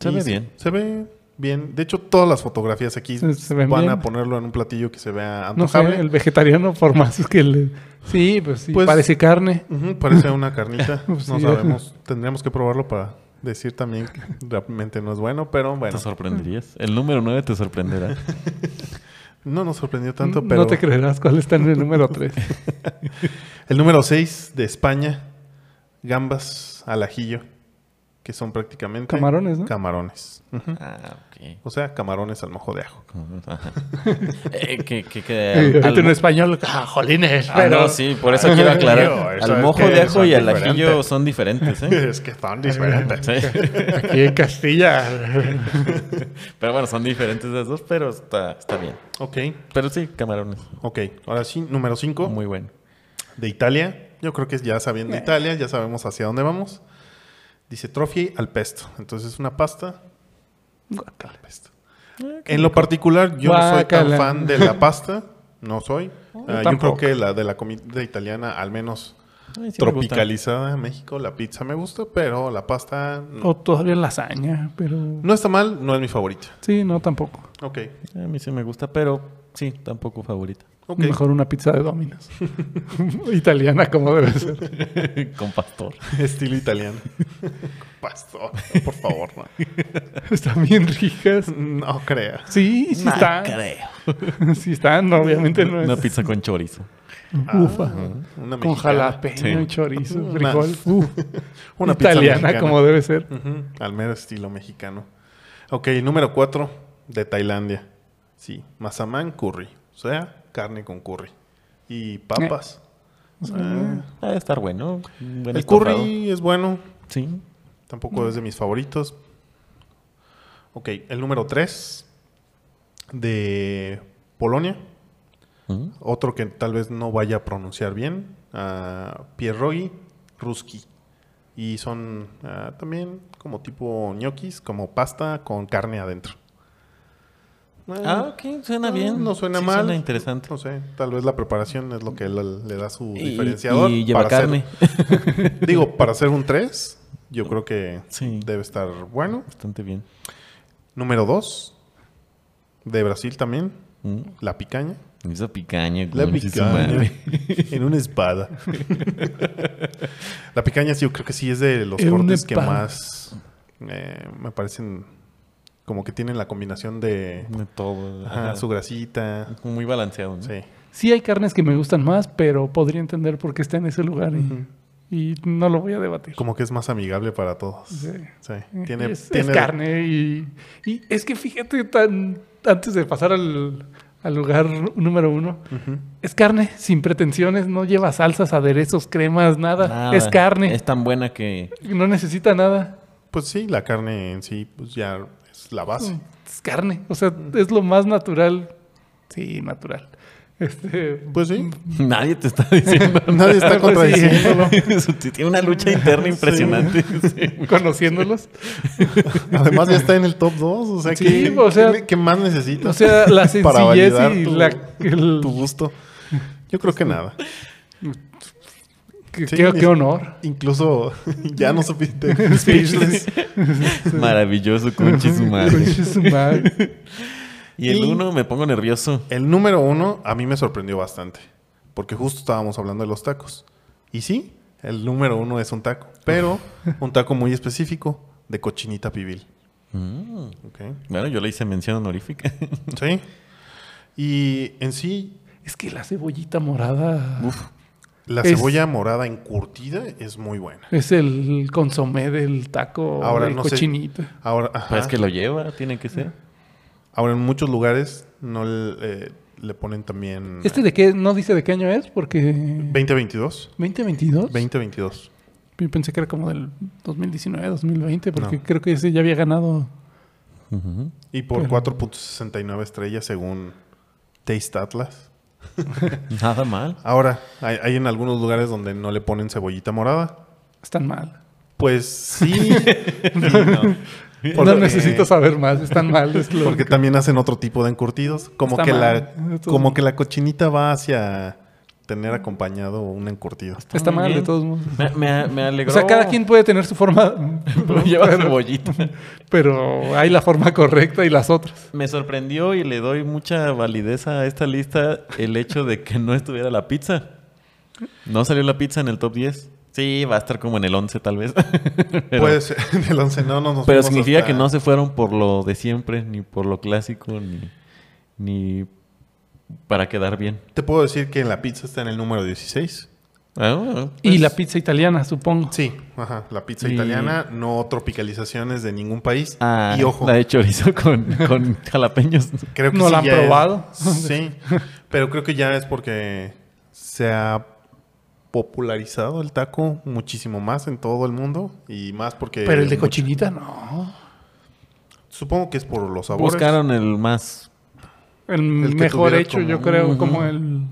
S1: Se
S2: Y
S1: ve bien.
S2: Se ve bien. De hecho, todas las fotografías aquí
S3: Se- se ven
S2: van a
S3: bien.
S2: ponerlo en un platillo que se vea
S3: No sé,
S2: antojable.
S3: el vegetariano por más que le... Sí, pues sí,
S2: Pues-
S3: parece carne.
S2: Ujú, parece una carnita. no
S3: *laughs* Pues sí, ajá.
S2: sabemos. Tendríamos que probarlo para decir también que realmente no es bueno, pero bueno.
S1: Te sorprenderías. El número 9 te sorprenderá. *laughs*
S2: No nos sorprendió tanto,
S3: Mm,
S2: pero
S3: No te creerás cuál está en el
S2: *laughs*
S3: número 3.
S2: el número 6 de España, gambas al ajillo, que son prácticamente
S3: Camarones, ¿no?
S2: camarones. Ujú.
S1: ah, ok. *laughs*
S2: O sea, camarones al mojo de ajo.
S1: Como- ajá. Eh, que, que, que
S3: Eh, *laughs*
S1: al-
S3: ahorita en
S1: al-
S3: español, ah, jolines,
S1: Ah,
S3: pero...
S1: no, sí, por eso quiero
S2: Digo,
S1: aclarar.
S2: eso
S1: Al
S2: es
S1: mojo
S2: que
S1: de ajo
S2: son
S1: y al
S2: diferentes.
S1: ajillo son diferentes, ¿eh?
S2: *laughs* Es que son diferentes.
S1: Sí.
S3: Aquí en Castilla.
S1: Pero bueno, son diferentes las dos, pero está, está bien.
S2: Ok,
S1: Pero sí, camarones.
S2: ok. Ahora sí, número 5
S1: Muy bueno.
S2: de Italia. Yo creo que ya sabiendo Italia, ya sabemos hacia dónde vamos. Dice trofie al pesto. Entonces, una pasta al pesto. En lo particular, yo no soy
S3: Ah, Guácala.
S2: tan fan de la pasta. No
S3: *laughs*
S2: soy. Ah, yo
S3: tampoco.
S2: creo que la de la comida italiana, al menos
S1: Ay, sí me gusta.
S2: tropicalizada en México, la pizza me gusta, pero la pasta no,
S3: *laughs* O todavía lasaña, pero...
S2: no está mal, no es mi favorita.
S3: Sí, no, tampoco.
S2: Ok,
S1: A mí sí me gusta, pero sí, tampoco
S2: *laughs*
S1: favorita.
S2: ok.
S3: Mejor una pizza de Domino's. *laughs* Italiana como debe ser.
S1: Con pastor.
S2: Estilo *laughs* italiano. Pastor, por favor. No,
S3: Están bien ricas.
S2: *laughs* No crea.
S3: Sí, sí
S1: No
S3: están.
S1: creo.
S3: *laughs* Sí están, obviamente
S2: Este
S3: no es.
S1: Una pizza con chorizo.
S3: Ufa.
S2: Una
S3: Con
S2: mexicana.
S3: jalapeño,
S1: Sí.
S3: chorizo,
S2: Una-
S3: frijol. Uf.
S2: Una pizza
S3: Italiana
S2: mexicana.
S3: como debe ser.
S2: Ujú, Al mero estilo mexicano. Ok, número 4 de Tailandia. Sí, mazamán curry. O sea, carne con curry. Y
S3: Eh.
S2: papas. Ah,
S1: Ha de estar bueno. un buen
S2: el
S1: estofado.
S2: curry es bueno.
S1: Sí.
S2: Tampoco es de mis favoritos. Ok, el número 3 de Polonia.
S1: Mm.
S2: Otro que tal vez no vaya a pronunciar bien. ah, pierogi ruski. Y son ah, también como tipo ñoquis, como pasta con carne adentro.
S1: Ah, ok. Suena
S2: Ah,
S1: bien.
S2: No suena
S1: Sí,
S2: mal.
S1: Suena interesante.
S2: No sé, tal vez la preparación es lo que le, le da su
S1: Y,
S2: diferenciador.
S1: y lleva
S2: para hacer-
S1: carne.
S2: *laughs* digo, para hacer un 3, yo creo que
S1: Sí.
S2: debe estar bueno.
S1: Bastante bien.
S2: Número 2, de Brasil también,
S1: Mm.
S2: la picaña.
S1: Esa picaña,
S2: La
S1: conche su
S2: picaña.
S1: madre.
S2: *laughs* en una espada. la picaña, sí, yo creo que sí es de los
S3: En una
S2: cortes que
S3: espada.
S2: más eh, me parecen como que tienen la combinación de
S1: De todo.
S2: ajá,
S1: ajá.
S2: su grasita.
S1: Como muy balanceado, ¿no?
S2: Sí.
S3: Sí hay carnes que me gustan más, pero podría entender por qué está en ese lugar y, y no lo voy a debatir.
S2: Como que es más amigable para todos.
S3: Sí.
S2: Sí. Tiene,
S3: es, es
S2: tiene-
S3: carne y, y es que fíjate tan antes de pasar al, al lugar número uno,
S2: Ujú.
S3: es carne sin pretensiones, no lleva salsas, aderezos, cremas, nada.
S1: Nada.
S3: Es carne,
S1: Es tan buena que. *laughs*
S3: no necesita nada.
S2: Pues sí, la carne en sí, pues ya es la base.
S3: Es carne, o sea, es lo más natural. Sí, natural. Este,
S1: *laughs*
S2: Pues sí,
S1: Nadie te está diciendo.
S2: nadie está
S3: *laughs* Pues sí.
S2: contradiciéndolo.
S1: *laughs* Tiene una lucha interna impresionante.
S3: *laughs* conociéndolos.
S2: Además, ya está en el top 2. O sea,
S3: Sí,
S2: ¿qué,
S3: o sea-
S2: qué- qué más necesitas?
S3: O
S2: *laughs*
S3: sea, la sencillez
S2: validar
S3: y
S2: tu-
S3: la... el-
S2: tu gusto. Yo creo que nada.
S3: qué-
S2: sí,
S3: qué-
S2: ni-
S3: qué honor.
S2: Incluso *laughs* ya no
S3: *laughs*
S2: supiste speechless.
S1: Maravilloso,
S2: *laughs*
S1: conche su madre.
S3: Conche su madre.
S1: Y el
S2: Y-
S1: uno me pongo nervioso.
S2: El número uno a mí me sorprendió bastante. Porque justo estábamos hablando de los tacos. Y sí, el número uno es un taco. Pero un taco muy específico de cochinita pibil.
S1: Mm.
S2: Ok.
S1: Bueno, yo le hice mención honorífica. *laughs*
S2: Sí. Y en sí,
S3: Es que la cebollita morada
S1: Uf.
S2: la
S3: Es-
S2: cebolla morada encurtida es muy buena.
S3: es el consomé del taco
S2: Ahora
S3: de
S2: no sé.
S3: cochinita.
S2: Ahora, ajá.
S1: Pues es que lo lleva, tiene que ser.
S2: Ahora en muchos lugares no le, eh, le ponen también...
S3: ¿Este de qué? ¿No dice de qué año es? Porque...
S2: 2022.
S3: ¿2022?
S2: 2022.
S3: Yo pensé que era como del 2019, 2020, porque
S2: No.
S3: creo que ese ya había ganado.
S1: Ujú.
S2: Y por
S3: Pero-
S2: 4.69 estrellas según Taste Atlas.
S1: Nada mal.
S2: Ahora, hay, hay en algunos lugares donde no le ponen cebollita morada.
S3: Están mal.
S2: Pues
S3: *laughs*
S2: sí. y no. Porque-
S3: no necesito saber más, están mal. es lo-
S2: Porque también hacen otro tipo de encurtidos. Como,
S3: Está
S2: que
S3: mal.
S2: la,
S3: Entonces-
S2: como que la cochinita va hacia tener acompañado un encurtido.
S3: está
S1: muy
S3: mal de
S1: bien.
S3: todos modos.
S1: Me, me, me
S3: O
S1: alegró.
S3: sea, cada
S1: *laughs*
S3: quien puede tener su forma,
S1: Pero lleva
S3: pero,
S1: cebollita.
S3: pero hay la forma correcta y las otras.
S1: Me sorprendió y le doy mucha validez a esta lista el hecho de que no estuviera la pizza. No salió la pizza en el top 10. Sí, va a estar como en el 11 tal vez. *laughs* pero
S2: Pues *laughs* en el once no nos
S1: pero
S2: fuimos
S1: significa
S2: hasta-
S1: que no se fueron por lo de siempre, ni por lo clásico, ni, ni para quedar bien.
S2: Te puedo decir que la pizza está en el número 16.
S1: Ah,
S3: y
S1: pues,
S3: la pizza italiana, supongo.
S2: Sí, ajá. La pizza
S1: Y-
S2: italiana, no tropicalizaciones de ningún país.
S1: ah,
S2: y ojo,
S1: La de chorizo con, con jalapeños.
S2: Creo que
S3: No
S2: sí
S3: la han
S2: ya es-
S3: probado.
S2: *laughs* sí, pero creo que ya es porque se ha popularizado el taco muchísimo más en todo el mundo y más porque...
S3: Pero el de
S2: mucho-
S3: cochinita no.
S2: Supongo que es por los sabores.
S1: Buscaron el más.
S3: El,
S2: El que
S3: mejor
S2: tuviera
S3: hecho,
S2: como-
S3: yo creo,
S1: Ujú.
S3: como el...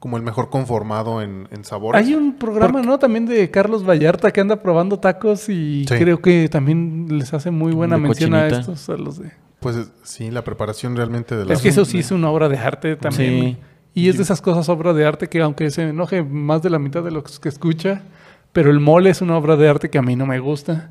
S2: Como el mejor conformado en, en sabores.
S3: Hay un programa, ¿no? También de Carlos Vallarta que anda probando tacos y
S2: Sí.
S3: creo que también les hace muy buena
S1: De
S3: mención a
S1: cochinita.
S3: estos, a los de...
S2: Pues es- sí, la preparación realmente de la...
S3: Es que eso sí es una obra de arte también.
S1: Sí.
S3: Y es de esas cosas, obra de arte, que aunque se enoje más de la mitad de los que escucha, pero el mole es una obra de arte que a mí no me gusta.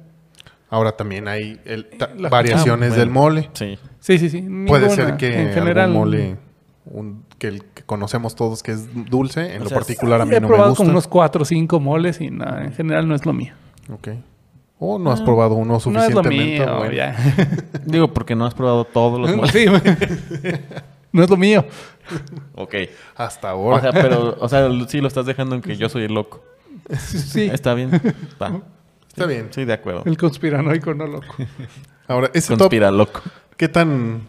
S2: Ahora también hay el- ta-
S3: La-
S2: variaciones
S1: Ah, bueno.
S2: del mole. *laughs*
S1: Sí.
S3: Sí, sí, sí.
S2: Puede
S3: ninguna.
S2: ser que
S3: en general
S2: algún mole un- que el que conocemos todos que es dulce, en
S1: O
S2: lo
S1: sea,
S2: particular a mí
S3: he
S2: no me
S3: probado
S2: gusta.
S3: como unos cuatro o cinco moles y nada, en general no es lo mío.
S2: Ok. O no has probado uno
S3: Ah, No es lo
S2: suficientemente
S3: mío,
S2: bueno.
S3: ya. *laughs*
S1: Digo, porque no has probado todos los moles.
S3: Sí, *laughs* no es
S1: *laughs*
S3: lo mío.
S1: Ok.
S2: Hasta
S1: O
S2: ahora.
S1: sea, pero, o sea, sí lo estás dejando en que yo soy el loco.
S3: Sí,
S1: Está
S3: *laughs*
S1: bien. Va.
S2: Está bien.
S1: Sí, de acuerdo.
S3: el conspiranoico, no loco.
S1: *laughs*
S2: Ahora, ese top,
S1: Conspira loco.
S2: ¿qué tan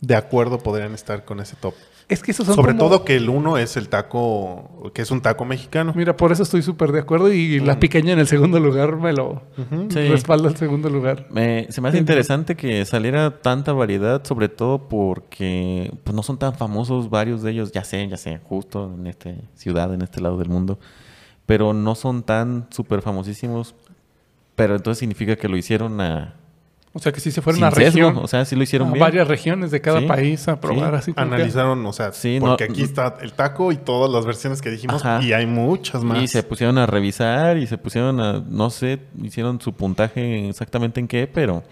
S2: de acuerdo podrían estar con ese top?
S3: Es que esos son
S2: Sobre
S3: como-
S2: todo que el uno es el taco, que es un taco mexicano.
S3: Mira, por eso estoy súper de acuerdo y la picaña en el segundo lugar me lo
S2: Ujú.
S1: Sí.
S3: respalda el segundo lugar.
S1: Me- se me hace interesante que saliera tanta variedad, sobre todo porque pues, no son tan famosos varios de ellos, ya sé, ya sé, justo en esta ciudad, en este lado del mundo, pero no son tan súper famosísimos, pero entonces significa que lo hicieron a...
S3: O sea que sí se fueron
S1: sin
S3: a
S1: sesgo,
S3: región,
S1: o sea, sí lo hicieron
S3: a
S1: bien.
S3: varias regiones de cada
S1: Sí,
S3: país a probar
S1: sí.
S3: así. como que-
S2: Analizaron, o sea,
S1: Sí, no-
S2: porque aquí está el taco y todas las versiones que dijimos,
S1: Ajá.
S2: y hay muchas más.
S1: Y se pusieron a revisar y se pusieron a, no sé, hicieron su puntaje exactamente en qué, pero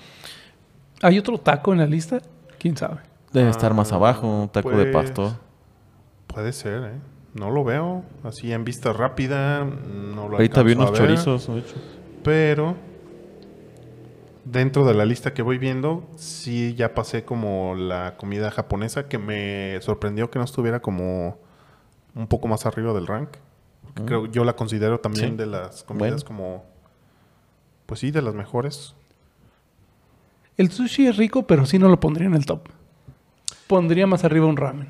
S3: ¿Hay otro taco en la lista? ¿Quién sabe?
S1: debe estar más
S2: Ah,
S1: abajo, un taco de
S2: pues.
S1: pasto.
S2: Puede ser, ¿eh? No lo veo. Así en vista rápida, no lo
S1: Ahorita vi
S2: alcanzo a
S1: unos
S2: ver,
S1: chorizos, de hecho.
S2: Pero dentro de la lista que voy viendo, sí ya pasé como la comida japonesa, que me sorprendió que no estuviera como un poco más arriba del rank. Porque
S1: Mm.
S2: Creo, yo la considero también
S1: Sí.
S2: de las comidas
S1: Bueno.
S2: como... Pues sí, de las mejores.
S3: El sushi es rico, pero sí no lo pondría en el top. Pondría más arriba un ramen.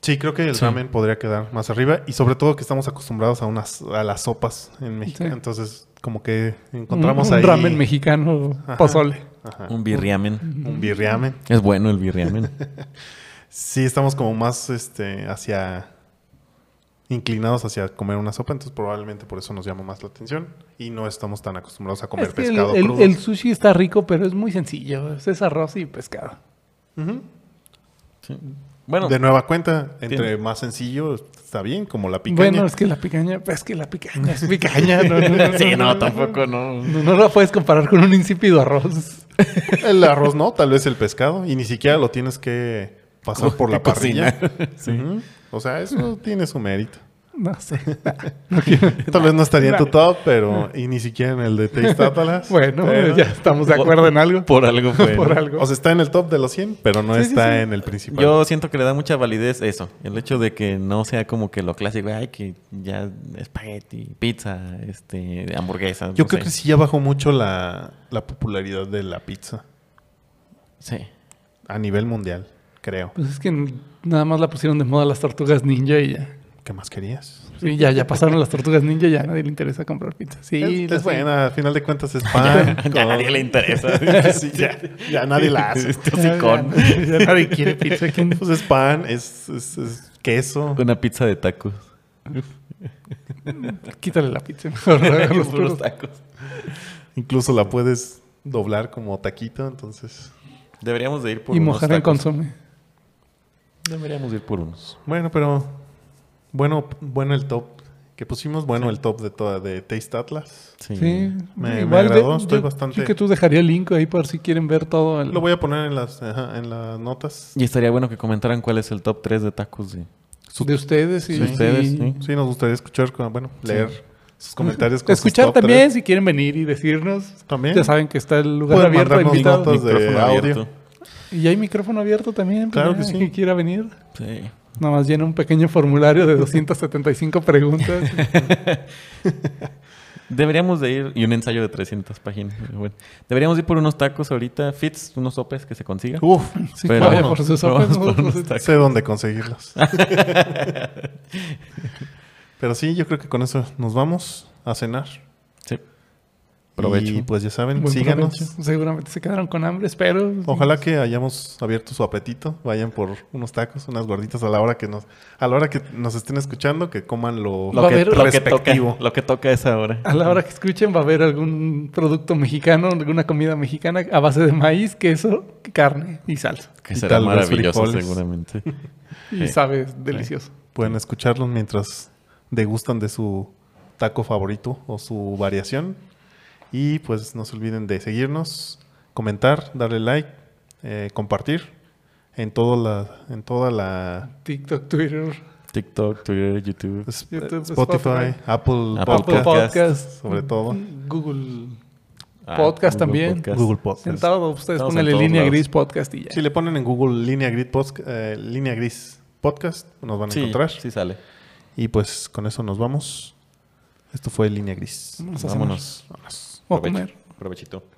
S2: Sí, creo que el
S1: Sí.
S2: ramen podría quedar más arriba y sobre todo que estamos acostumbrados a unas a las sopas en México,
S3: Sí.
S2: entonces como que encontramos
S3: un, un
S2: ahí
S3: ramen mexicano pozole.
S2: Ajá,
S1: Un birriamen.
S2: un birriamen.
S1: Es bueno el
S2: *laughs*
S1: birriamen.
S2: Sí, estamos como más este hacia inclinados hacia comer una sopa, entonces probablemente por eso nos llama más la atención y no estamos tan acostumbrados a comer
S3: Es que el,
S2: pescado
S3: el-
S2: crudo.
S3: el sushi está rico, pero es muy sencillo. Es arroz y pescado.
S2: Ujú.
S1: Sí. Bueno, *laughs*
S2: de nueva cuenta, entre
S1: tiene-
S2: más sencillo está bien, como la picaña.
S3: Bueno, es que la picaña, es que la picaña es picaña. No, no, no,
S1: sí, no,
S3: no.
S1: tampoco no.
S3: No, no la puedes comparar con un insípido arroz.
S2: *laughs* El arroz no, tal vez el pescado. Y ni siquiera lo tienes que
S3: *laughs*
S2: pasar
S1: *laughs*
S2: por la parrilla.
S1: Cocinar.
S2: Ujú. O sea, eso
S3: *laughs*
S2: tiene su mérito.
S3: No sé. No quiero-
S2: Tal vez no estaría en tu top, pero... Y ni siquiera en el de
S3: *laughs*
S2: Taste Atlas.
S3: Bueno,
S2: pero-
S3: ya *laughs* estamos de acuerdo en algo.
S1: Por algo fue.
S3: Por
S1: ¿no?
S3: algo.
S2: O sea, está en el top de los 100, pero no
S3: Sí, sí,
S2: está
S3: sí.
S2: en el principal.
S1: Yo siento que le da mucha validez eso, el hecho de que no sea como que lo clásico, ay, que ya espagueti, pizza, este, hamburguesa.
S2: Yo
S1: no
S2: creo
S1: sé.
S2: que sí ya bajó mucho la, la popularidad de la pizza *laughs*
S1: Sí. *laughs*
S2: a nivel mundial, creo.
S3: Pues es que nada más la pusieron de moda las tortugas ninja y ya.
S2: ¿Qué más querías?
S3: Sí, ya, ya pasaron las tortugas ninja, ya a nadie le interesa comprar pizza. Sí,
S2: es
S3: la-
S2: es buena, al final de cuentas *laughs* es pan.
S1: Ya a nadie le interesa.
S2: *laughs* Sí, ya, ya nadie la hace.
S1: Este
S3: Ya,
S1: hocicón.
S3: ya- *laughs* ya nadie quiere pizza. ¿quién?
S2: *laughs* Pues es pan, es, es- es queso.
S1: Una pizza de tacos.
S3: Quítale
S1: *laughs*
S3: la pizza. mejor, hagan *laughs* los
S1: Puros
S3: puros.
S1: tacos.
S2: Incluso la puedes doblar como taquito, entonces.
S1: Deberíamos de ir por
S3: y
S1: unos
S3: mojar en
S1: tacos.
S3: consome.
S1: Deberíamos de ir por unos.
S2: Bueno, pero bueno, bueno el top que pusimos, bueno el top de toda de Taste Atlas.
S1: Sí.
S3: Sí,
S2: Me- me
S3: igual de-
S2: agradó, estoy
S3: yo-
S2: bastante-
S3: Yo que tú dejaría el link ahí por si quieren ver todo. El...
S2: Lo voy a poner en las ajá, en las notas.
S1: Y estaría bueno que comentaran cuál es el top 3 de tacos de...
S3: de ustedes y
S1: Sí, ustedes,
S3: y-
S1: sí.
S2: Sí, nos gustaría escuchar, bueno, leer sus comentarios. con sus
S3: escuchar
S2: top
S3: también
S2: tres.
S3: si quieren venir y decirnos.
S2: También.
S3: Ya saben que está el lugar
S2: Pueden
S3: abierto,
S2: mandarnos
S3: invitado.
S2: notas. Los de audio.
S3: Y hay micrófono abierto también.
S2: Claro
S3: para
S2: que sí.
S3: Quien quiera venir.
S1: Sí.
S3: Nada más llena un pequeño formulario de 275 preguntas.
S1: Deberíamos de ir... Y un ensayo de 300 páginas. Bueno, deberíamos ir por unos tacos ahorita. Fits, unos sopes que se consigan.
S2: *laughs* Uf,
S3: Sí,
S1: Pero
S3: vaya
S1: vamos,
S3: por sus
S1: pero
S3: ojos,
S1: vamos por
S3: ¿no? Pues,
S1: unos tacos.
S2: sé dónde conseguirlos. pero sí, yo creo que con eso nos vamos a cenar.
S1: Sí. Provecho.
S2: Y pues ya saben,
S3: *laughs* Buen
S2: síganos.
S3: provecho. Seguramente se quedaron con hambre, espero.
S2: Ojalá que hayamos abierto su apetito, vayan por unos tacos, unas gorditas a la hora que nos, a la hora que nos estén escuchando, que coman lo,
S3: Va a
S1: Lo que,
S3: haber
S1: lo que toca,
S2: respectivo.
S1: lo que toca es ahora.
S3: A la hora que escuchen va a haber algún producto mexicano, alguna comida mexicana a base de maíz, queso, carne y salsa.
S1: Que
S2: Y
S1: será
S2: tal vez
S1: maravilloso
S2: frijoles.
S1: seguramente.
S3: Y
S1: Sí.
S3: sabe delicioso.
S2: Pueden escucharlos mientras degustan de su taco favorito o su variación. Y pues no se olviden de seguirnos, comentar, darle like, eh, compartir en toda la, en toda la
S3: TikTok, Twitter,
S1: TikTok, Twitter, YouTube.
S2: es-
S3: YouTube,
S2: Spotify,
S3: Spotify,
S2: Apple,
S1: Apple
S3: Apple
S1: Podcast.
S2: Podcast,
S3: Podcast,
S2: sobre todo,
S3: Google.
S1: Ah,
S3: Podcast
S1: Google
S3: también.
S1: Podcast.
S2: Google Podcast.
S3: Sentado, ustedes
S1: Estamos
S3: pónganle
S1: en todos
S3: línea
S1: lados.
S3: gris podcast y ya.
S2: Si le ponen en Google línea gris, Podcast- eh, línea gris podcast, nos van a
S1: Sí,
S2: encontrar.
S1: sí sale.
S2: Y pues con eso nos vamos. Esto fue línea gris.
S3: Vamos a cenar.
S1: Vámonos.
S2: Vámonos.
S3: O a
S1: Provecho.
S3: comer.
S1: Provechito.